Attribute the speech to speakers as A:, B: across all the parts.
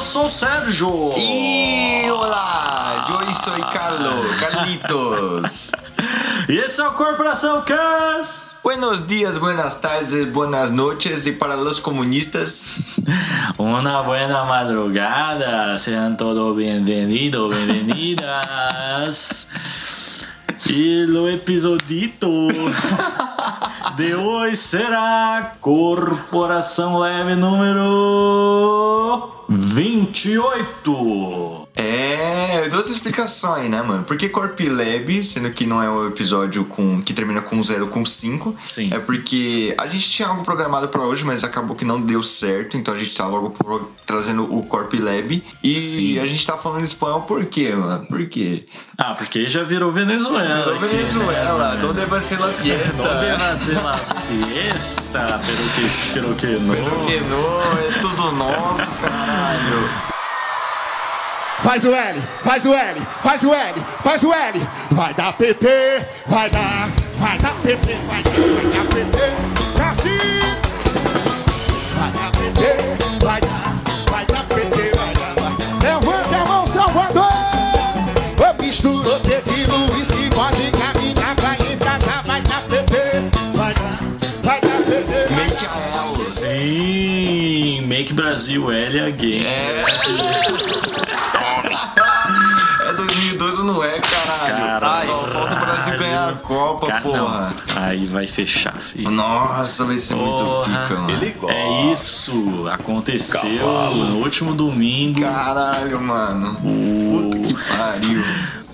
A: sou o Sérgio.
B: E olá, eu sou Carlos, Carlitos.
A: E esse é o Corporação Cast.
B: Buenos días, buenas tardes, buenas noches e para os comunistas.
A: Uma buena madrugada, sejam todos bem-vindos, bem-vindas. e o episodito de hoje será Corporação Leve número 28.
B: É, duas explicações, né, mano? Porque Corpilab, sendo que não é um episódio com que termina com 0 com 5,
A: Sim.
B: é porque a gente tinha algo programado pra hoje, mas acabou que não deu certo, então a gente tá logo pro- trazendo o Corpilab e
A: Sim.
B: a gente tá falando espanhol por quê, mano? Por quê?
A: Ah, porque já virou Venezuela.
B: Pelo
A: aqui, né,
B: Venezuela,
A: mano?
B: donde vai ser la fiesta?
A: Onde vai ser a fiesta? Pero que, pero que não.
B: Pelo que não, é tudo nosso, caralho.
C: Faz o L, faz o L, faz o L, faz o L. Vai dar PT, vai dar, vai dar PT, vai dar, vai dar PT. Assim. Vai dar PT, vai dar, vai dar PT, vai dar. vai- Levante a mão, Salvador. Eu misturo tequila, uísque, vodka, minha vai em casa, vai dar PT, vai dar, vai dar PT. vai
B: Make a
C: dar.
B: L.
A: Sim, Make Brasil L again.
B: É 2012 não é, caralho.
A: Caralho.
B: Só falta o Brasil ganhar a Copa,
A: Ca-
B: porra.
A: não. Aí vai fechar, filho.
B: Nossa, vai ser muito
A: Porra.
B: pica, mano.
A: É isso, aconteceu no último domingo.
B: Caralho, mano.
A: O
B: Que pariu.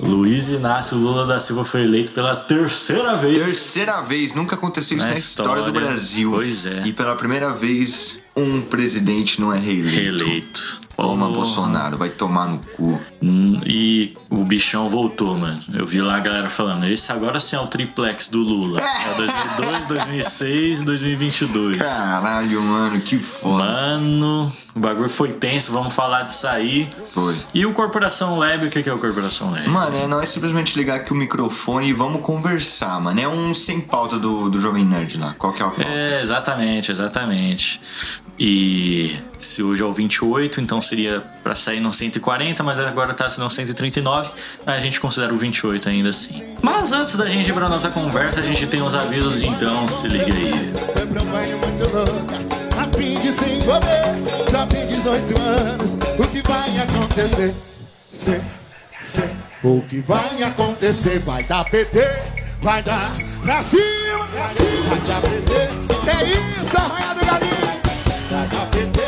A: Luiz Inácio Lula da Silva foi eleito pela terceira vez.
B: Terceira vez, nunca aconteceu isso
A: Na
B: na, história, do
A: história.
B: Brasil.
A: Pois é.
B: E pela primeira vez, um presidente não é reeleito.
A: Reeleito.
B: Toma,
A: Porra.
B: Bolsonaro, vai tomar no cu.
A: Hum, E o bichão voltou, mano. Eu vi lá a galera falando: esse agora sim é o triplex do Lula. É o 2002, 2006 2022.
B: Caralho, mano, que foda.
A: Mano, o bagulho foi tenso, vamos falar disso aí.
B: Foi.
A: E o Corporação Lab, o que que é o Corporação Lab?
B: Mano, é nós simplesmente ligar aqui o microfone e vamos conversar, mano. É um sem pauta do, do Jovem Nerd lá. Qual que é o pauta?
A: É, exatamente, exatamente. E se hoje é o 28, então seria pra sair no 140, mas agora tá sendo 139, a gente considera o 28 ainda assim. Mas antes da gente ir pra nossa conversa, a gente tem os avisos, então se liga aí.
C: Foi pra um baile muito louca, a fim de se envolver. Só tem 18 anos, o que vai acontecer? Cê, cê. O que vai acontecer? Vai dar PT, vai dar pra cima, pra cima. Vai dar PT, é isso, arranhado galinha. Vai dar PT,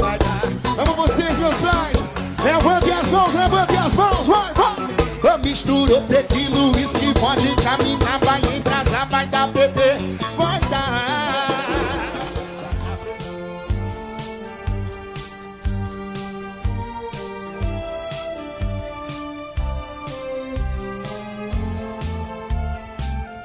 C: vai dar. Amo vocês, meus pais. Levante as mãos, levante as mãos, vai, vai. Eu misturo tequila, uísque, vodka, mina vai embrasar, vai dar PT, vai dar.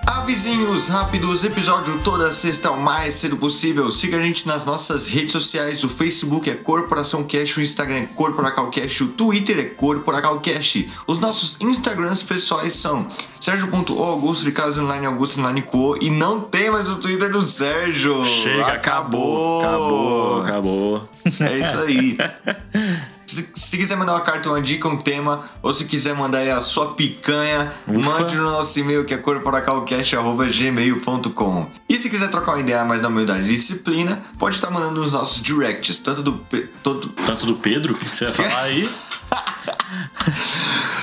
B: Avisinhos rápidos, episódio toda sexta o mais cedo possível. Siga a gente nas nossas redes sociais, o Facebook é Corporação Cash, o Instagram é Corporacal Cash, o Twitter é Corporacal Cash. Os nossos Instagrams pessoais são Sérgio.o, Augusto de Carlos Online, Augusto Online Co. E não tem mais o Twitter do Sérgio.
A: Chega, acabou, acabou, acabou.
B: É isso aí. Se, se quiser mandar uma carta, uma dica, um tema, ou se quiser mandar aí a sua picanha,
A: Ufa.
B: mande no nosso e-mail que é corporacalcast.gmail.com. E se quiser trocar uma ideia mais na humildade e disciplina, pode estar mandando nos nossos directs, tanto do. Pe- Todo...
A: Tanto do Pedro, o que que você vai falar aí?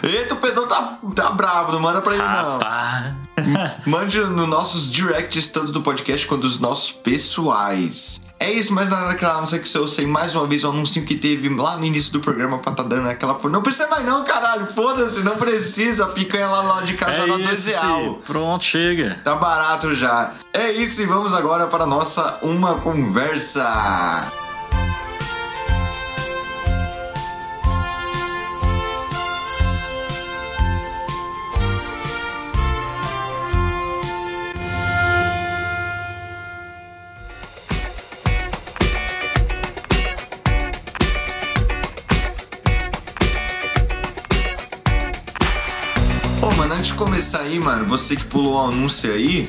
B: Eita, o Pedro tá, tá bravo, não manda pra ele
A: Ah,
B: não.
A: tá Rapaz.
B: Mande nos nossos directs, tanto do podcast quanto dos nossos pessoais. É isso, mas na hora que ela não sei que eu sei mais uma vez o anúncio que teve lá no início do programa pra tá dando aquela for. Não precisa mais não, caralho. Foda-se, não precisa. Picanha lá, lá de casa
A: É
B: dá 12
A: isso,
B: real.
A: filho. Pronto, chega.
B: Tá barato já. É isso e vamos agora para a nossa Uma Conversa. Ô, mano, antes de começar aí, mano, você que pulou o anúncio aí,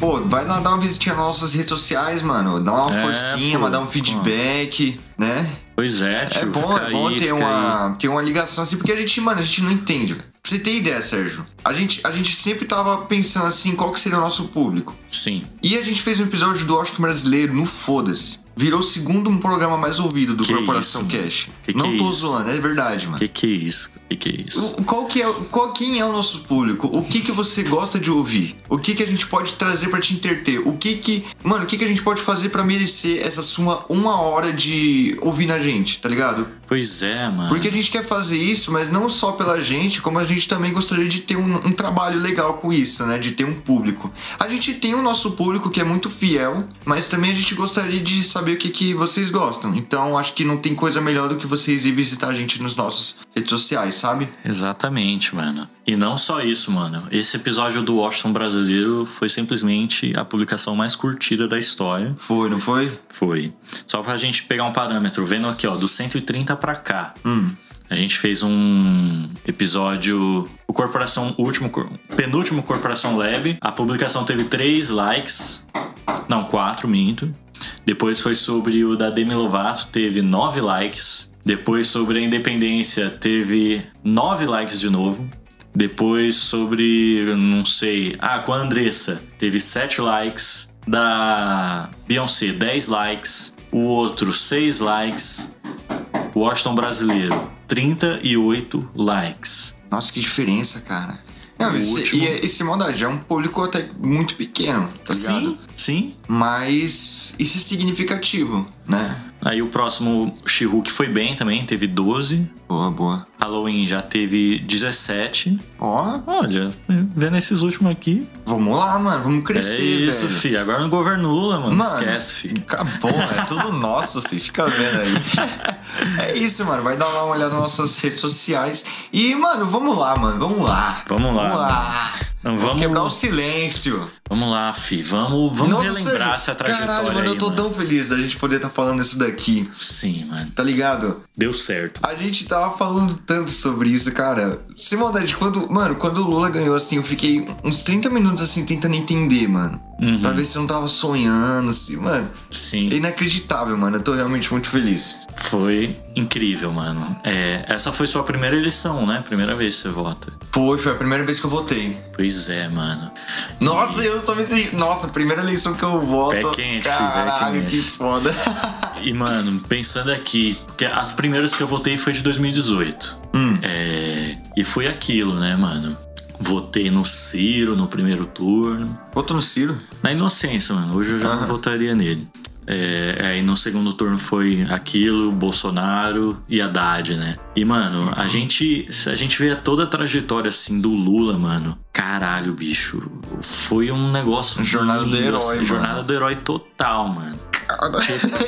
B: Pô, vai lá dar uma visitinha nas nossas redes sociais, mano. Dá uma
A: É,
B: forcinha,
A: pô,
B: mandar um feedback, né?
A: Pois é,
B: É
A: tio.
B: bom,
A: fica
B: é bom
A: aí,
B: ter,
A: fica aí.
B: uma, ter uma ligação assim, porque a gente, mano, a gente não entende, velho. Pra você ter ideia, Sérgio, a gente, a gente sempre tava pensando assim, qual que seria o nosso público.
A: Sim.
B: E a gente fez um episódio do Washington Brasileiro, no Foda-se. Virou o segundo programa mais ouvido do
A: Que
B: Corporação
A: isso, mano.
B: Cash.
A: Que que
B: não
A: é
B: tô
A: isso?
B: zoando, é verdade, mano.
A: Que que é isso? Que que é isso?
B: O- Qual que é, qual, quem é o nosso público? O que que você gosta de ouvir? O que que a gente pode trazer pra te interter? O que que, mano, o que que a gente pode fazer pra merecer essa sua uma hora de ouvir na gente, tá ligado?
A: Pois é, mano.
B: Porque a gente quer fazer isso, mas não só pela gente, como a gente também gostaria de ter um, um trabalho legal com isso, né? De ter um público. A gente tem o nosso público que é muito fiel, mas também a gente gostaria de saber o que, que vocês gostam. Então acho que não tem coisa melhor do que vocês ir visitar a gente nos nossos redes sociais, sabe?
A: Exatamente, mano. E não só isso, mano. Esse episódio do Washington Brasileiro foi simplesmente a publicação mais curtida da história.
B: Foi, não foi?
A: Foi. Só pra gente pegar um parâmetro, vendo aqui, ó, do 130 pra cá.
B: Hum.
A: A gente fez um episódio. O Corporação. O último. cor- Penúltimo Corporação Lab. A publicação teve três likes. Não, quatro, minto. Depois foi sobre o da Demi Lovato, teve nove likes. Depois sobre a Independência, teve nove likes de novo. Depois sobre. eu Não sei. Ah, com a Andressa, teve sete likes. Da Beyoncé, 10 likes. O outro, 6 likes. Washington brasileiro, 38 likes.
B: Nossa, que diferença, cara. Não,
A: O
B: esse,
A: último-
B: e esse maldade é um público até muito pequeno, tá ligado?
A: Sim, sim.
B: Mas isso é significativo, né?
A: Aí o próximo She-Hulk foi bem também, teve 12.
B: Boa, boa.
A: Halloween já teve 17.
B: Ó,
A: Olha, né, vendo esses últimos aqui.
B: vamos lá, mano, vamos
A: É
B: crescer,
A: isso,
B: velho.
A: fi. Agora no governo Lula, mano.
B: Mano,
A: Esquece, fi.
B: Acabou, é tudo nosso, filho. Fica vendo aí. É isso, mano. Vai dar lá uma olhada nas nossas redes sociais. E, mano, vamos lá, mano. Vamos lá.
A: Vamos lá,
B: Vamos lá.
A: Não,
B: Vamos quebrar o
A: vamos,
B: silêncio.
A: vamos lá, fi. Vamos, vamos
B: Nossa,
A: relembrar essa
B: Sérgio,
A: trajetória
B: Caralho, mano,
A: aí,
B: eu tô
A: mano.
B: tão feliz da gente poder estar falando isso daqui.
A: Sim, mano.
B: Tá ligado?
A: Deu certo.
B: A gente tava falando tanto sobre isso, cara. Sem maldade, quando, mano, quando o Lula ganhou, assim, eu fiquei uns 30 minutos, assim, tentando entender, mano.
A: Uhum,
B: Pra ver se eu não tava sonhando, assim, mano. É
A: Sim.
B: inacreditável, mano. Eu tô realmente muito feliz.
A: Foi incrível, mano. É, essa foi sua primeira eleição, né? Primeira vez que você vota.
B: Foi, foi a primeira vez que eu votei.
A: Pois é, mano.
B: Nossa, eu tô me sentindo. Nossa, primeira eleição que eu voto.
A: Pé quente, pé
B: Caralho,
A: quente.
B: que foda.
A: E, mano, pensando aqui, porque as primeiras que eu votei foi de 2018.
B: Hum.
A: É, e foi aquilo, né, mano? Votei no Ciro no primeiro turno.
B: Voto no Ciro?
A: Na inocência, mano. Hoje eu já
B: Aham.
A: não votaria nele. É, aí no segundo turno foi aquilo, Bolsonaro e Haddad, né? E, mano,
B: Uhum.
A: a gente. Se a gente vê toda a trajetória assim do Lula, mano, caralho, bicho. Foi um negócio. assim,
B: Jornada do herói, mano.
A: Jornada do herói total, mano.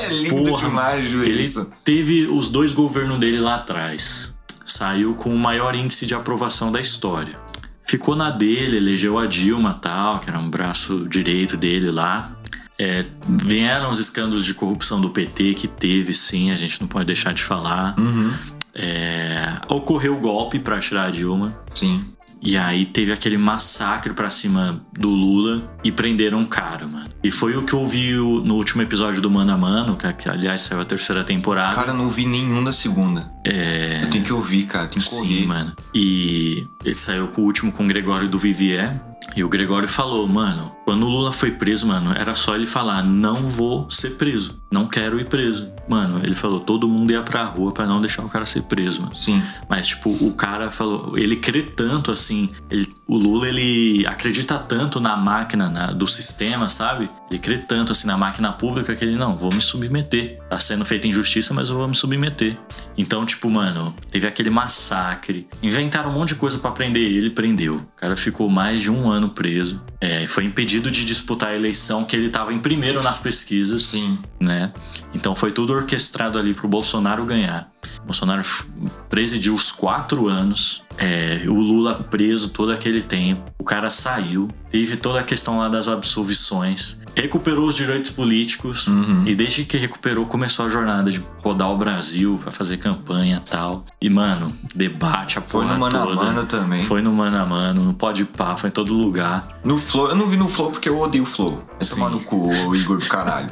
B: é lindo
A: Porra,
B: demais ver
A: Ele
B: isso.
A: teve os dois governos dele lá atrás. Saiu com o maior índice de aprovação da história. Ficou na dele, elegeu a Dilma tal, que era um braço direito dele lá. É, vieram os escândalos de corrupção do PT que teve, sim, a gente não pode deixar de falar.
B: Uhum.
A: É, ocorreu o golpe para tirar a Dilma.
B: Sim.
A: E aí teve aquele massacre pra cima do Lula e prenderam um cara, mano. E foi o que eu ouvi o- no último episódio do Mano a Mano, que, que, aliás saiu a terceira temporada.
B: Cara, eu não vi nenhum da segunda.
A: Ah. é.
B: Eu tenho que ouvir, cara. Tem que
A: Sim,
B: correr.
A: mano. E ele saiu com o último com o Gregório do Vivier. E o Gregório falou, mano, quando o Lula foi preso, mano, era só ele falar, não vou ser preso, não quero ir preso. Mano, ele falou, todo mundo ia pra rua pra não deixar o cara ser preso, mano.
B: Sim.
A: Mas, tipo, o cara falou. Ele crê tanto, assim. ele- o Lula, ele acredita tanto na máquina na- do sistema, sabe? Ele crê tanto, assim, na máquina pública que ele, não, vou me submeter. Tá sendo feita injustiça, mas eu vou me submeter. Então, tipo, mano, teve aquele massacre. Inventaram um monte de coisa pra prender ele, prendeu. O cara ficou mais de um ano preso. É, foi impedido de disputar a eleição, que ele tava em primeiro nas pesquisas
B: Sim.
A: né? Então foi tudo orquestrado ali pro Bolsonaro ganhar. Bolsonaro presidiu os quatro anos, é, o Lula preso todo aquele tempo, o cara saiu, teve toda a questão lá das absolvições, recuperou os direitos políticos
B: Uhum.
A: e desde que recuperou começou a jornada de rodar o Brasil pra fazer campanha e tal. E mano, debate a
B: Foi
A: porra
B: no Mano a
A: toda.
B: Mano também.
A: Foi no mano a mano, no pode pá, foi em todo lugar.
B: No Flow, eu não vi no Flow porque eu odeio o Flow. É
A: Sim.
B: tomar no cu, o Igor do caralho.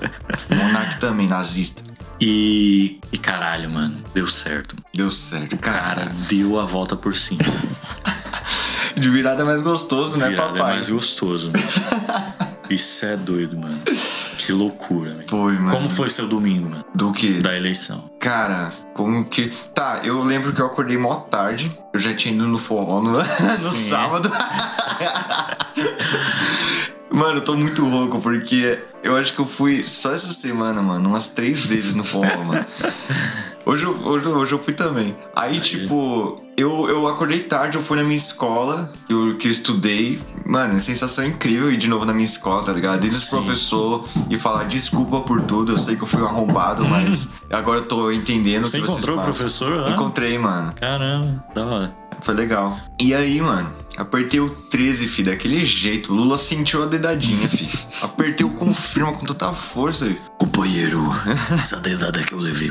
B: Monark também, nazista.
A: E, e caralho, mano, deu certo.
B: Deu certo,
A: Cara,
B: cara.
A: deu a volta por cima.
B: De virada é mais gostoso, né,
A: Virada é
B: papai?
A: mais gostoso, mano. Isso é doido, mano. Que loucura, velho.
B: Foi, mano.
A: Como foi seu domingo, mano?
B: Do que?
A: Da eleição.
B: Cara, como que. Tá, eu lembro que eu acordei mó tarde. Eu já tinha ido no forró no, no
A: Sim.
B: sábado. mano, eu tô muito louco porque eu acho que eu fui só essa semana, mano, umas três vezes no forró, mano. Hoje, eu- hoje, eu- hoje eu fui também. Aí, tipo, eu, eu acordei tarde, eu fui na minha escola, que eu, que eu estudei. Mano, sensação incrível ir de novo na minha escola, tá ligado? Ir nos
A: Sim.
B: professor e falar desculpa por tudo. Eu sei que eu fui um arrombado, mas agora eu tô entendendo
A: Hum. Você
B: o que vocês
A: encontrou o
B: fazem.
A: professor lá?
B: Encontrei, mano.
A: Caramba, da hora.
B: Foi legal. E aí, mano, apertei o 13, fi, daquele jeito. O Lula sentiu a dedadinha, fi. Apertei o confirma com toda a força, fi.
A: Companheiro, essa dedada que eu levei.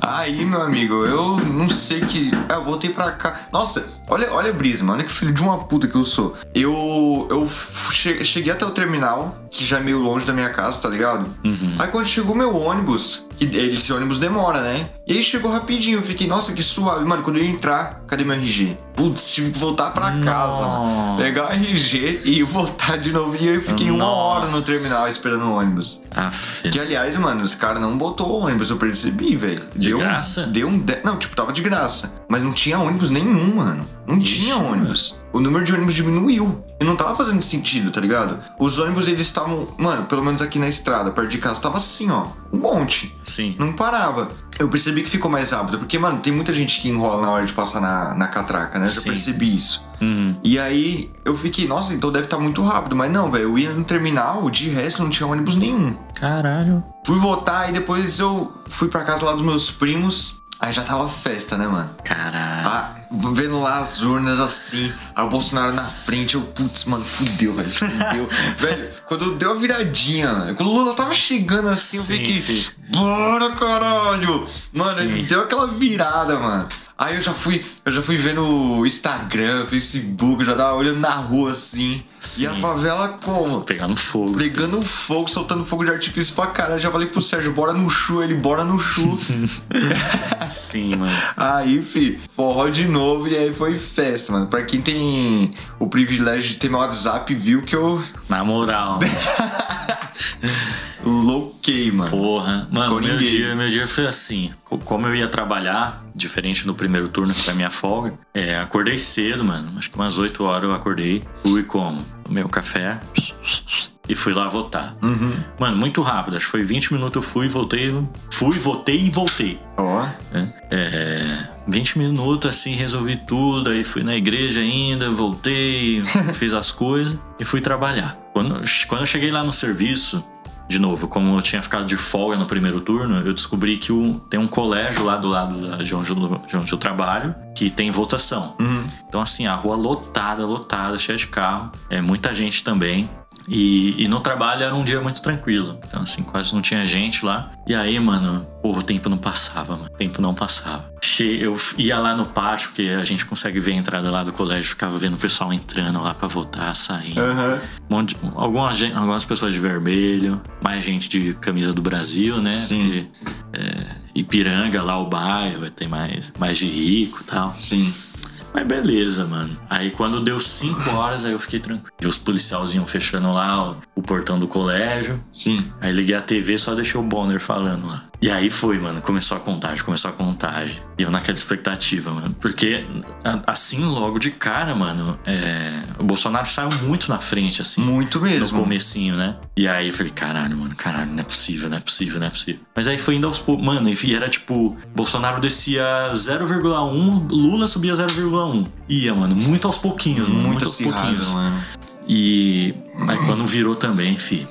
B: Aí, meu amigo, eu não sei que. Ah, Eu voltei pra cá. Nossa, olha, olha a brisa, mano. Olha que filho de uma puta que eu sou. Eu. Eu f- che- cheguei até o terminal, que já é meio longe da minha casa, tá ligado?
A: Uhum.
B: Aí quando chegou meu ônibus, que ele- esse ônibus demora, né? E aí chegou rapidinho, eu fiquei, nossa, que suave, mano. Quando eu ia entrar, cadê meu RG? Putz, tive que voltar pra casa, mano. É
A: Nossa.
B: Pegar o RG e voltar de novo. E aí eu fiquei uma
A: Nossa.
B: hora no terminal esperando o ônibus.
A: Aff.
B: Que aliás, mano, esse cara não botou o ônibus, eu percebi, velho.
A: De
B: Deu um-
A: graça?
B: deu um. de- Não, tipo, tava de graça. Mas não tinha ônibus nenhum, mano. Não
A: Ixi,
B: tinha ônibus. O número de ônibus diminuiu. E não tava fazendo sentido, tá ligado? Os ônibus, eles estavam. Mano, pelo menos aqui na estrada, perto de casa, tava assim, ó. Um monte.
A: Sim.
B: Não parava. Eu percebi que ficou mais rápido, porque, mano, tem muita gente que enrola na hora de passar na, na catraca, né? Eu já
A: Sim.
B: percebi isso.
A: Uhum.
B: E aí eu fiquei, nossa, então deve estar muito rápido. Mas não, velho, eu ia no terminal, de resto não tinha ônibus nenhum.
A: Caralho.
B: Fui votar e depois eu fui pra casa lá dos meus primos. Aí já tava festa, né, mano?
A: Caralho.
B: Ah, vendo lá as urnas assim, aí o Bolsonaro na frente, eu, putz, mano, fudeu, velho, fudeu. velho, quando deu a viradinha, mano, quando o Lula tava chegando assim,
A: Sim,
B: eu vi
A: fi.
B: que, bora, caralho! Mano, ele
A: Sim.
B: deu aquela virada, mano. Aí eu já fui, eu já fui vendo o Instagram, Facebook, eu já tava olhando na rua assim. E a
A: Sim.
B: favela como?
A: Pegando fogo.
B: Pegando fogo, soltando fogo de artifício pra caralho. Já falei pro Sérgio, bora no chu, ele bora no chu.
A: Sim, mano.
B: aí, fi, forró de novo e aí foi festa, mano. Pra quem tem o privilégio de ter meu WhatsApp, viu que eu
A: Na moral.
B: louquei, mano.
A: Porra, mano, meu
B: Coringuei.
A: dia, meu dia foi assim. Co- Como eu ia trabalhar, diferente do primeiro turno que foi a minha folga, é, acordei cedo, mano. Acho que umas 8 horas eu acordei. Fui como? Tomei um café e fui lá votar.
B: Uhum.
A: Mano, muito rápido. Acho que foi 20 minutos eu fui, voltei. Fui, votei e voltei.
B: Ó,
A: né? É, 20 minutos assim, resolvi tudo, aí fui na igreja ainda, voltei, fiz as coisas e fui trabalhar. Quando, quando eu cheguei lá no serviço, de novo, como eu tinha ficado de folga no primeiro turno, eu descobri que o- tem um colégio lá do lado da- de onde, eu- de onde eu trabalho que tem votação.
B: uhum.
A: Então, assim, a rua lotada, lotada, cheia de carro, é muita gente também. E, e no trabalho era um dia muito tranquilo. Então, assim, quase não tinha gente lá. E aí, mano, porra, o tempo não passava, mano. O tempo não passava. Che eu f- ia lá no pátio, porque a gente consegue ver a entrada lá do colégio, ficava vendo o pessoal entrando lá pra votar, saindo.
B: Aham.
A: Um monte de- algumas, gen- algumas pessoas de vermelho, mais gente de camisa do Brasil, né?
B: Sim.
A: Porque, é, Ipiranga, lá o bairro, tem mais, mais de rico e tal.
B: Sim.
A: Mas beleza, mano. Aí quando deu 5 horas, aí eu fiquei tranquilo. E os policiais iam fechando lá o, o portão do colégio.
B: Sim.
A: Aí liguei a TV, só deixei o Bonner falando lá. E aí foi, mano. Começou a contagem, começou a contagem. E eu naquela expectativa, mano. Porque a- assim, logo de cara, mano, é, o Bolsonaro saiu muito na frente, assim
B: Muito
A: no
B: mesmo.
A: comecinho, né? E aí eu falei, caralho, mano, caralho, não é possível, não é possível, não é possível. Mas aí foi indo aos poucos, mano, enfim, era tipo, Bolsonaro descia 0,1, Lula subia 0,1. Ia, mano, muito aos pouquinhos, muito,
B: Muito
A: aos
B: acirrado,
A: pouquinhos.
B: mano.
A: E aí quando virou também, fi.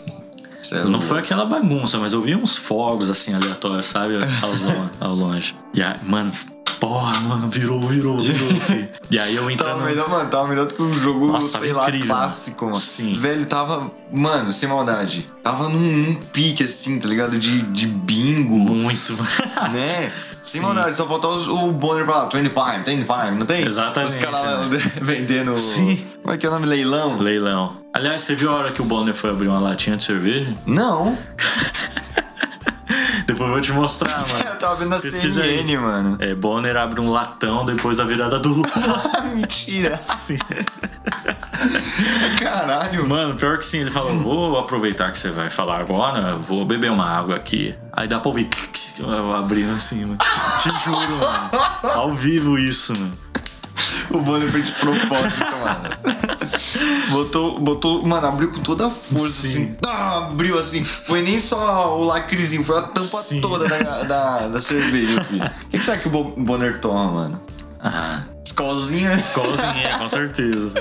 B: Cê é
A: Não
B: louco.
A: foi aquela bagunça, mas eu vi uns fogos assim aleatórios, sabe? Ao, zo- ao longe. E aí, mano, porra, mano, virou, virou, virou, filho. E aí eu entrando.
B: Tava melhor, mano, tava melhor do que um jogo,
A: Nossa, tava
B: sei lá,
A: incrível, mano.
B: clássico, mano.
A: Sim.
B: Velho, tava, mano, sem maldade. Tava num, num pique, assim, tá ligado? De, de bingo,
A: Muito.
B: né? Sem
A: Sim.
B: maldade, só faltou os- o Bonner pra lá, 25, 25, não tem?
A: Exatamente,
B: Os caras lá
A: né?
B: vendendo.
A: Sim.
B: Como é que é o nome? Leilão?
A: Leilão. Aliás, você viu a hora que o Bonner foi abrir uma latinha de cerveja?
B: Não.
A: Depois eu vou te mostrar, Ah, mano.
B: Eu tava vendo a
A: Pesquisa aí.
B: CNN, mano.
A: É, Bonner abre um latão depois da virada do Lula.
B: Mentira.
A: Sim.
B: Caralho.
A: Mano, pior que sim, ele falou: vou aproveitar que você vai falar agora, eu vou beber uma água aqui. Aí dá pra ouvir eu abrindo assim, mano. Te juro, mano. Ao vivo isso, mano.
B: O Bonner foi de propósito, mano. Botou, botou, mano, abriu com toda a força,
A: Sim.
B: assim. Ah, abriu assim. Foi nem só o lacrezinho, foi a tampa
A: Sim.
B: toda da, da, da cerveja, filho. O que, que será que o Bo- Bonner toma, mano?
A: Ah,
B: Escolzinha, né?
A: Golzinha, com certeza.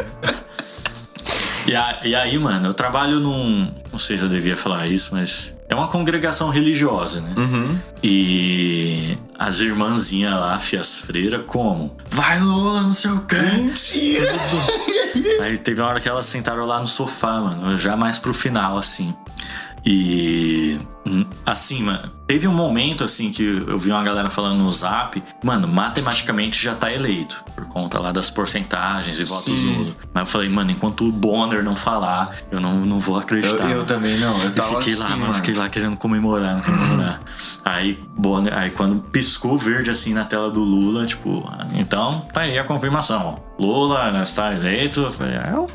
A: E, a- e aí, mano, eu trabalho num. Não sei se eu devia falar isso, mas. É uma congregação religiosa, né?
B: Uhum.
A: E as irmãzinhas lá, fias freira, como? Vai, Lola, não sei o quê.
B: Mentira.
A: Aí teve uma hora que elas sentaram lá no sofá, mano, já mais pro final, assim. E. hum, Assim, mano, teve um momento, assim, que eu vi uma galera falando no zap, mano, matematicamente já tá eleito, por conta lá das porcentagens e votos
B: Sim.
A: nulos. Mas eu falei, mano, enquanto o Bonner não falar, eu não, não vou
B: Eu,
A: acreditar.
B: eu
A: mano.
B: também não, eu
A: E
B: tava
A: fiquei
B: assim,
A: lá, mano,
B: mano.
A: fiquei lá querendo comemorar, né, comemorar. aí, Bonner, aí quando piscou verde assim na tela do Lula, tipo, ah, então tá aí a confirmação. ó. Lula né, está eleito. Eu falei, ah, eu-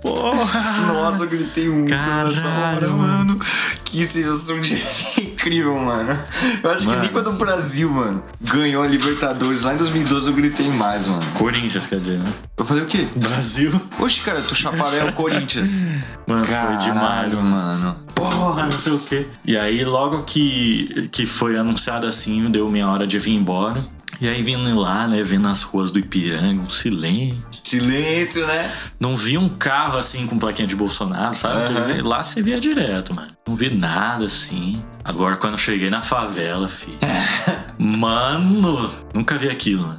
A: Porra!
B: Ah, Nossa, eu gritei muito nessa
A: Caralho,
B: hora, mano. Que sensação de incrível, mano. Eu acho que
A: Mano.
B: nem quando o Brasil, mano, ganhou a Libertadores lá em 2012 eu gritei mais, mano.
A: Corinthians, quer dizer, né?
B: Eu falei o quê?
A: Brasil.
B: Oxe, cara, tu chapado é o Corinthians.
A: Mano,
B: Caralho,
A: foi demais, mano.
B: Porra.
A: Ah, não sei o quê. E aí, logo que, que foi anunciado assim, deu minha hora de vir embora. E aí, vindo lá, né, vendo as ruas do Ipiranga, um silêncio.
B: Silêncio, né?
A: Não vi um carro assim com plaquinha de Bolsonaro, sabe?
B: Aham.
A: Aquele- Lá você via direto, mano. Não vi nada assim. Agora, quando eu cheguei na favela, filho. mano, nunca vi aquilo, mano.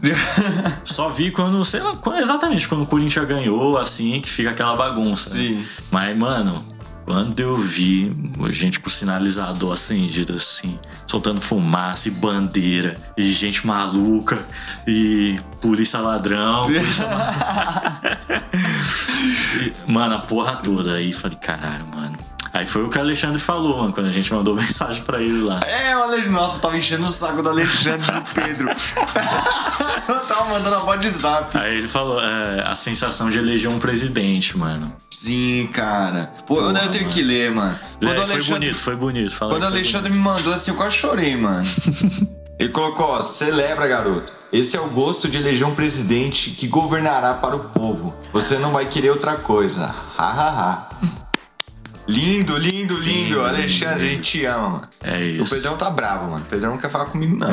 A: Só vi quando, sei lá, quando- exatamente quando o Corinthians ganhou, assim, que fica aquela bagunça. né?
B: Sim.
A: Mas, mano, quando eu vi gente com sinalizador acendido assim, soltando fumaça e bandeira, e gente maluca, e polícia ladrão, polícia E, Mano, a porra toda aí, falei, caralho, mano. Aí foi o que o Alexandre falou, mano, quando a gente mandou mensagem pra ele lá.
B: É, o Alexandre. Nossa, eu tava enchendo o saco do Alexandre e do Pedro. eu tava mandando a WhatsApp.
A: Aí ele falou, é, a sensação de eleger um presidente, mano.
B: Sim, cara. Pô, eu,
A: Porra,
B: eu tenho
A: mano.
B: que ler, mano.
A: É,
B: o
A: foi bonito, foi bonito. Fala aí,
B: Quando o
A: foi
B: Alexandre me mandou assim, eu quase chorei, mano. Ele colocou, ó, celebra, garoto. Esse é o gosto de eleger um presidente que governará para o povo. Você não vai querer outra coisa. Ha, ha, ha. Lindo, lindo, lindo.
A: Lindo,
B: Alexandre,
A: lindo,
B: a gente te ama, mano.
A: bonito. É
B: O
A: isso.
B: Pedrão tá bravo, mano. O Pedrão não quer falar comigo, não.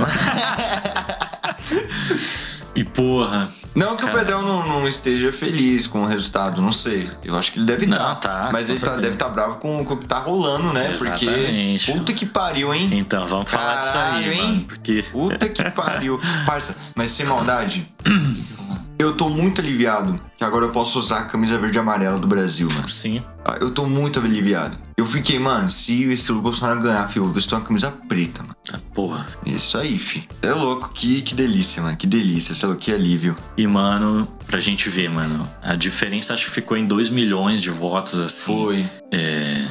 A: E porra.
B: Não que o
A: Cara.
B: Pedrão não, não esteja feliz com o resultado, não sei. Eu acho que ele deve
A: Não,
B: estar.
A: tá,
B: mas
A: com
B: ele tá-
A: certeza.
B: deve estar bravo com, com o que tá rolando, né?
A: Exatamente.
B: Porque. Puta que pariu, hein?
A: Então, vamos falar disso
B: Caralho,
A: aí,
B: hein?
A: mano. Porque.
B: Puta que pariu. Parça, mas sem maldade. Eu tô muito aliviado que agora eu posso usar a camisa verde e amarela do Brasil, mano.
A: Sim.
B: Ah, Eu tô muito aliviado. Eu fiquei, mano, se esse Lula Bolsonaro ganhar, filho, eu visto uma camisa preta, mano.
A: Tá, Porra.
B: Isso aí, fi. É louco, que, que delícia, mano. Que delícia, sei lá, que alívio.
A: E, mano, pra gente ver, mano, a diferença acho que ficou em 2 milhões de votos, assim.
B: Foi.
A: É,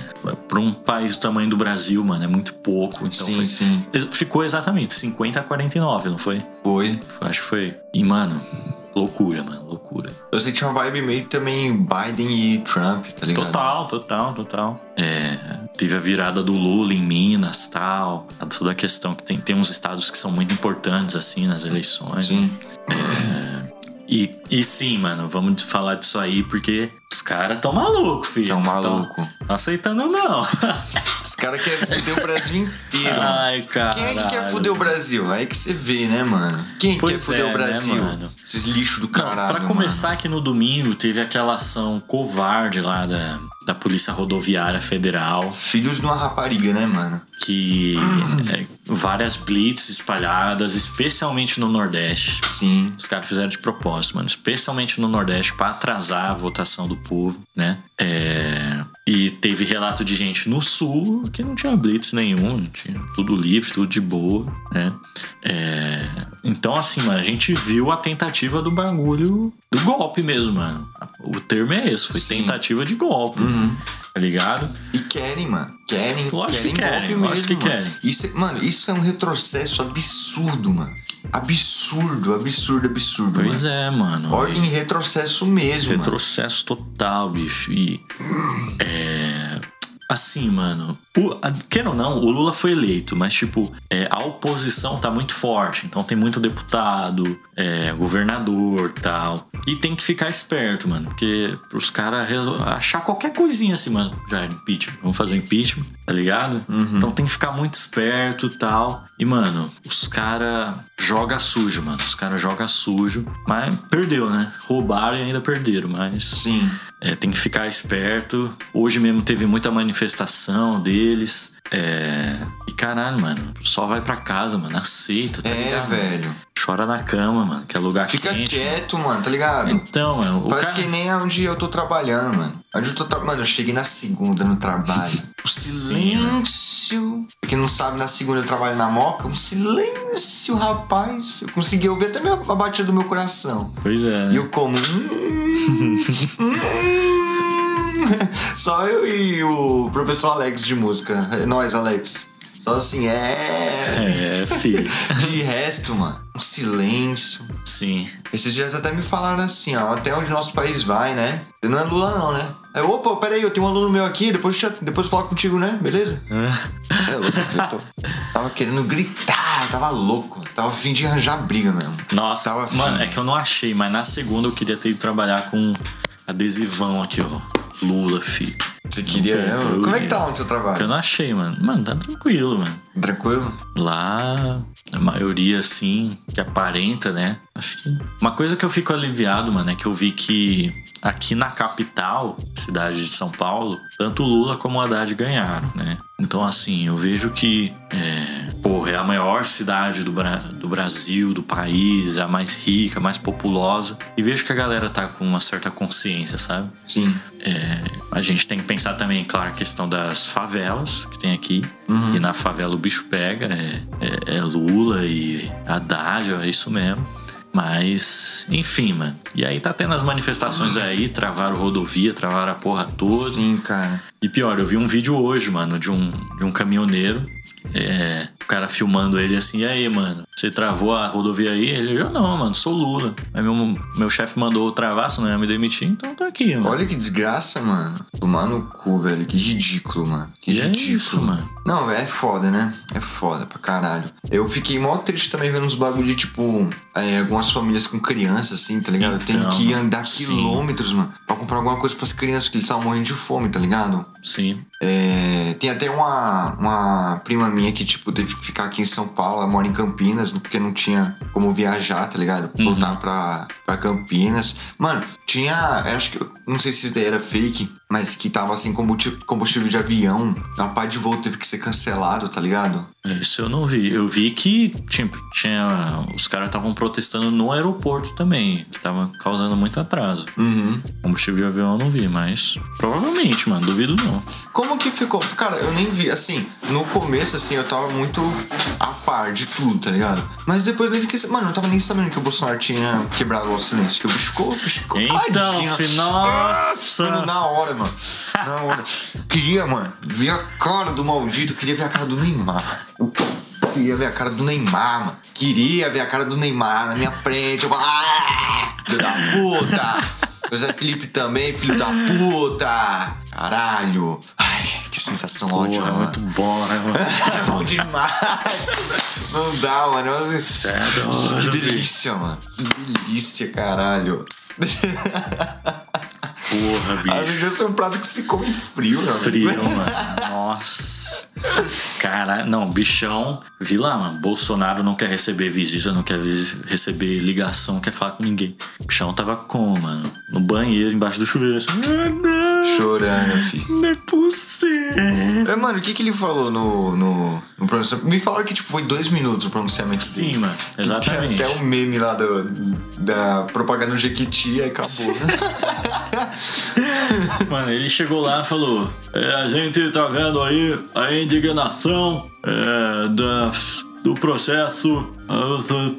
A: pra um país do tamanho do Brasil, mano, é muito pouco. Então
B: sim,
A: foi-
B: sim.
A: Ex- Ficou exatamente 50 a 49, não foi?
B: Foi.
A: Foi- Acho que foi. E, mano, loucura, mano, loucura.
B: Eu senti uma vibe meio também Biden e Trump, tá ligado?
A: Total, total, total. É, teve a virada do Lula em Minas, tal. Toda a questão que tem, tem uns estados que são muito importantes, assim, nas eleições.
B: Sim. tá
A: E, e sim, mano, vamos falar disso aí porque os caras tão malucos, filho.
B: Então, maluco.
A: Tá aceitando não.
B: Os caras querem foder o Brasil inteiro.
A: Ai, cara.
B: Quem é que quer foder o Brasil? Aí que você vê, né, mano? Quem
A: Pois
B: quer foder
A: é,
B: o Brasil?
A: né, mano?
B: Esses lixos do caralho.
A: Pra
B: mano.
A: começar, que no domingo teve aquela ação covarde lá da, da Polícia Rodoviária Federal,
B: Filhos de uma rapariga, né, mano?
A: que é, várias blitz espalhadas, especialmente no Nordeste.
B: Sim.
A: Os caras fizeram de propósito, mano. Especialmente no Nordeste, pra atrasar a votação do povo, né? É, E teve relato de gente no Sul que não tinha blitz nenhum, não tinha tudo livre, tudo de boa, né? É, Então, assim, mano, a gente viu a tentativa do bagulho, do golpe mesmo, mano. O termo é esse, foi
B: Sim. Uhum.
A: tentativa de golpe, tá ligado?
B: E querem, mano. Querem.
A: Lógico
B: querem
A: que querem,
B: golpe
A: lógico
B: mesmo,
A: que
B: mano.
A: querem.
B: Isso, é- mano, isso é um retrocesso absurdo, mano. Absurdo, absurdo, absurdo.
A: Pois
B: mano.
A: é, mano.
B: Ordem e retrocesso mesmo, mano.
A: Retrocesso total, bicho. E. É. Assim, mano. O, a- quer ou não, o Lula foi eleito, mas, tipo, é, a oposição tá muito forte. Então tem muito deputado, é, governador tal. E tem que ficar esperto, mano. Porque pros caras resol- achar qualquer coisinha assim, mano. Já era impeachment. Vamos fazer impeachment, tá ligado? Então tem que ficar muito esperto tal. E, mano, os caras joga sujo, mano. Os caras joga sujo. Mas perdeu, né? Roubaram e ainda perderam, mas.
B: Sim.
A: É, tem que ficar esperto. Hoje mesmo teve muita manifestação deles. É... E caralho, mano, só vai pra casa, mano. Aceita, tá
B: É,
A: ligado?
B: velho.
A: Chora na cama, mano, que é lugar
B: Fica
A: quente.
B: quieto, mano, tá ligado?
A: mano. Então, mano, o
B: Parece
A: cara...
B: que nem é onde eu tô trabalhando, mano. Onde eu tô tra... Mano, eu cheguei na segunda no trabalho. O silêncio. Pra quem não sabe, na segunda eu trabalho na moca. Um silêncio, rapaz. Eu consegui ouvir até meu- a batida do meu coração.
A: Pois é.
B: E eu como. hum, hum. Só eu e o professor Alex de música. É nóis, Alex. Só assim, é.
A: É, filho.
B: De resto, mano. Um silêncio.
A: Sim.
B: Esses dias até me falaram assim, ó, até onde nosso país vai, né? Você não é Lula não, né? Aí, eu, opa, peraí, eu tenho um aluno meu aqui, depois eu, te- depois eu falo contigo, né? Beleza? Você é louco, eu tô- tava querendo gritar, eu tava louco, eu tava afim de arranjar briga mesmo.
A: Nossa,
B: Tava afim,
A: mano, é
B: velho.
A: que eu não achei, mas na segunda eu queria ter ido trabalhar com adesivão aqui, ó. Lula, filho.
B: Você queria...
A: Não, cara, eu-
B: Como é que tá lá no seu
A: Que eu
B: trabalho?
A: não achei, mano. Mano, tá tranquilo, mano.
B: Tranquilo?
A: Lá, a maioria, assim, que aparenta, né? Acho que. Uma coisa que eu fico aliviado, mano, é que eu vi que aqui na capital, cidade de São Paulo, tanto o Lula como o Haddad ganharam, né? Então, assim, eu vejo que, é, porra, é a maior cidade do, Bra- do Brasil, do país, é a mais rica, a mais populosa. E vejo que a galera tá com uma certa consciência, sabe?
B: Sim.
A: É, a gente tem que pensar também, claro, a questão das favelas que tem aqui.
B: Uhum.
A: E na favela o bicho pega, é, é- é Lula e Haddad, é isso mesmo. Mas, enfim, mano. E aí tá tendo as manifestações aí, travaram rodovia, travaram a porra toda.
B: Sim, cara.
A: E pior, eu vi um vídeo hoje, mano, de um, de um caminhoneiro. é, o cara filmando ele assim, e aí, mano, você travou a rodovia aí? Ele, eu não, mano, sou Lula. Aí meu, meu chefe mandou eu travar, senão ia me demitir, então tô aqui, mano.
B: Olha que desgraça, mano. Tomar no cu, velho. Que ridículo, mano. Que
A: E é
B: ridículo.
A: isso, mano.
B: Não, velho, é foda, né? É foda pra caralho. Eu fiquei mó triste também vendo uns bagulho de, tipo, é, algumas famílias com crianças, assim, tá ligado? Tem
A: Então,
B: que andar
A: sim.
B: quilômetros, mano, pra comprar alguma coisa pras crianças, que eles estavam morrendo de fome, tá ligado?
A: Sim.
B: É, tem até uma, uma prima minha que, tipo, teve que ficar aqui em São Paulo, ela mora em Campinas, porque não tinha como viajar, tá ligado?
A: Uhum.
B: Voltar pra, pra Campinas. Mano, tinha. eu Acho que. eu Não sei se isso daí era fake, mas que tava assim, combustível, combustível de avião. A parte de voo teve que ser cancelado, tá ligado?
A: É, Isso eu não vi. Eu vi que tipo, tinha, os caras estavam protestando no aeroporto também, que tava causando muito atraso.
B: Uhum.
A: Combustível de avião eu não vi, mas provavelmente, mano, duvido não.
B: Como que ficou? Cara, eu nem vi. Assim, no começo, assim, eu tava muito a par de tudo, tá ligado? Mas depois eu nem fiquei. Mano, eu não tava nem sabendo que o Bolsonaro tinha quebrado o silêncio. Porque o bicho ficou. o bicho ficou
A: Então,
B: tadinho.
A: fi-
B: Mano,
A: nossa!
B: na hora, mano. Na hora. Queria, mano, ver a cara do maldito. Queria ver a cara do Neymar. Queria ver a cara do Neymar, mano. Queria ver a cara do Neymar na minha frente. Eu falo, ah, filho da puta. José Felipe também, filho da puta. Caralho. Ai, que sensação ótima,
A: Porra,
B: mano.
A: muito bom, né, mano?
B: É bom demais. Não dá, mano. É uma
A: Cê é doido,
B: que
A: filho.
B: delícia, mano. Que delícia, caralho.
A: Porra, bicho.
B: A vingança é um prato que se come frio, meu amigo.
A: frio, mano. Nossa. Cara, não, bichão. Vi lá, mano. Bolsonaro não quer receber visita, não quer visi- receber ligação, não quer falar com ninguém. Bichão tava como, mano? No banheiro, embaixo do chuveiro. Assim, ah, não,
B: Chorando, fi.
A: não é possível.
B: É, mano, o que, que ele falou no, no, no pronunciamento? Me falaram que tipo, foi dois minutos o pronunciamento dele.
A: Sim, mano.
B: Tem
A: Exatamente.
B: até um meme lá do, da propaganda do Jequiti e acabou. né?
A: Mano, ele chegou lá e falou: "É, A gente tá vendo aí a indignação é, da- do processo. Eu sou,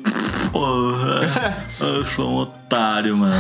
A: porra, eu sou um otário, mano.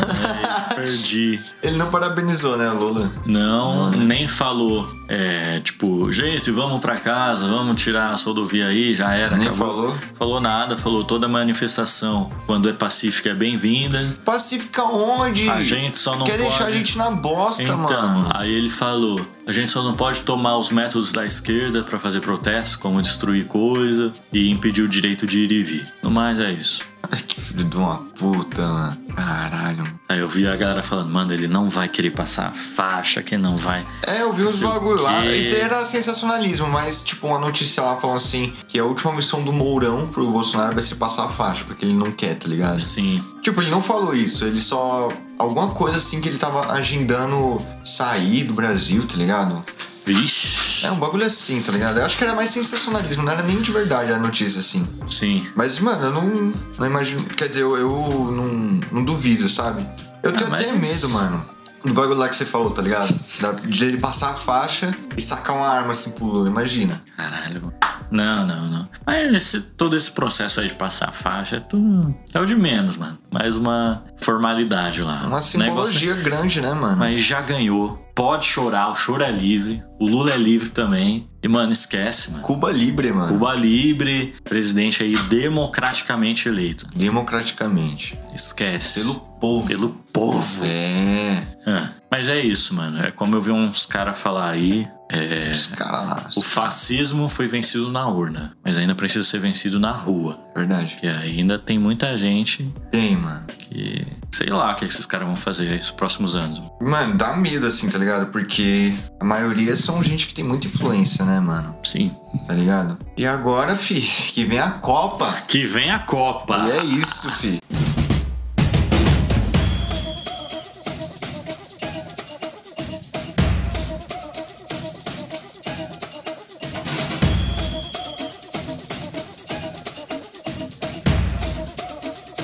A: É, perdi.
B: Ele não parabenizou, né, Lula?
A: Não, nem falou. É, tipo, gente, vamos pra casa, vamos tirar a rodovia aí, já era.
B: Nem
A: acabou."
B: falou.
A: Falou nada, falou toda manifestação, quando é pacífica, é bem-vinda.
B: Pacifica onde?
A: A gente só não
B: Quer deixar a
A: pode-
B: gente na bosta,
A: Então,
B: mano.
A: aí ele falou: a gente só não pode tomar os métodos da esquerda pra fazer protesto, como destruir coisa e impedir o direito de ir e vir. No mais é isso.
B: Ai, que filho de uma puta, mano. Caralho.
A: Aí eu vi a galera falando: mano, ele não vai querer passar a faixa, que não vai.
B: É, eu vi uns
A: Sei o
B: bagulho lá.
A: quê.
B: Isso daí era sensacionalismo, mas, tipo, uma notícia lá falando assim: que a última missão do Mourão pro Bolsonaro vai ser passar a faixa, porque ele não quer, tá ligado?
A: Sim,
B: Tipo, ele não falou isso, ele só. Alguma coisa assim que ele tava agendando sair do Brasil, tá ligado?
A: vixe.
B: É um bagulho assim, tá ligado? Eu acho que era mais sensacionalismo, não era nem de verdade a notícia assim.
A: Sim.
B: Mas, mano, eu não, não imagino. Quer dizer, eu, eu não, não duvido, sabe? Eu tenho até
A: Ah, mas-
B: medo, mano. Do bagulho lá que você falou, tá ligado? Da- de ele passar a faixa e sacar uma arma assim pro Lula, imagina.
A: Caralho, mano. Não, não, não. Mas esse- todo esse processo aí de passar a faixa é tudo. É o de menos, mano. Mais uma formalidade lá.
B: Uma
A: Negócio
B: simbologia grande, né, mano?
A: Ah, mas já ganhou. Pode chorar, o choro é livre. O Lula é livre também. E, mano, esquece, mano.
B: Cuba livre, mano.
A: Cuba livre, presidente aí democraticamente eleito.
B: Democraticamente.
A: Esquece.
B: Pelo povo.
A: Pelo povo.
B: É.
A: Ah, mas é isso, mano. É como eu vi uns caras falar aí. é,
B: Os caras lá.
A: O fascismo foi vencido na urna, mas ainda precisa ser vencido na rua.
B: é Verdade.
A: Que ainda tem muita gente
B: Tem, mano.
A: que. Sei lá o que esses caras vão fazer aí nos próximos anos.
B: Mano, dá medo assim, tá ligado? Porque a maioria são gente que tem muita influência, né, mano?
A: Sim.
B: Tá ligado? E agora, fi, que vem a Copa.
A: Que vem a Copa!
B: E é isso, fi.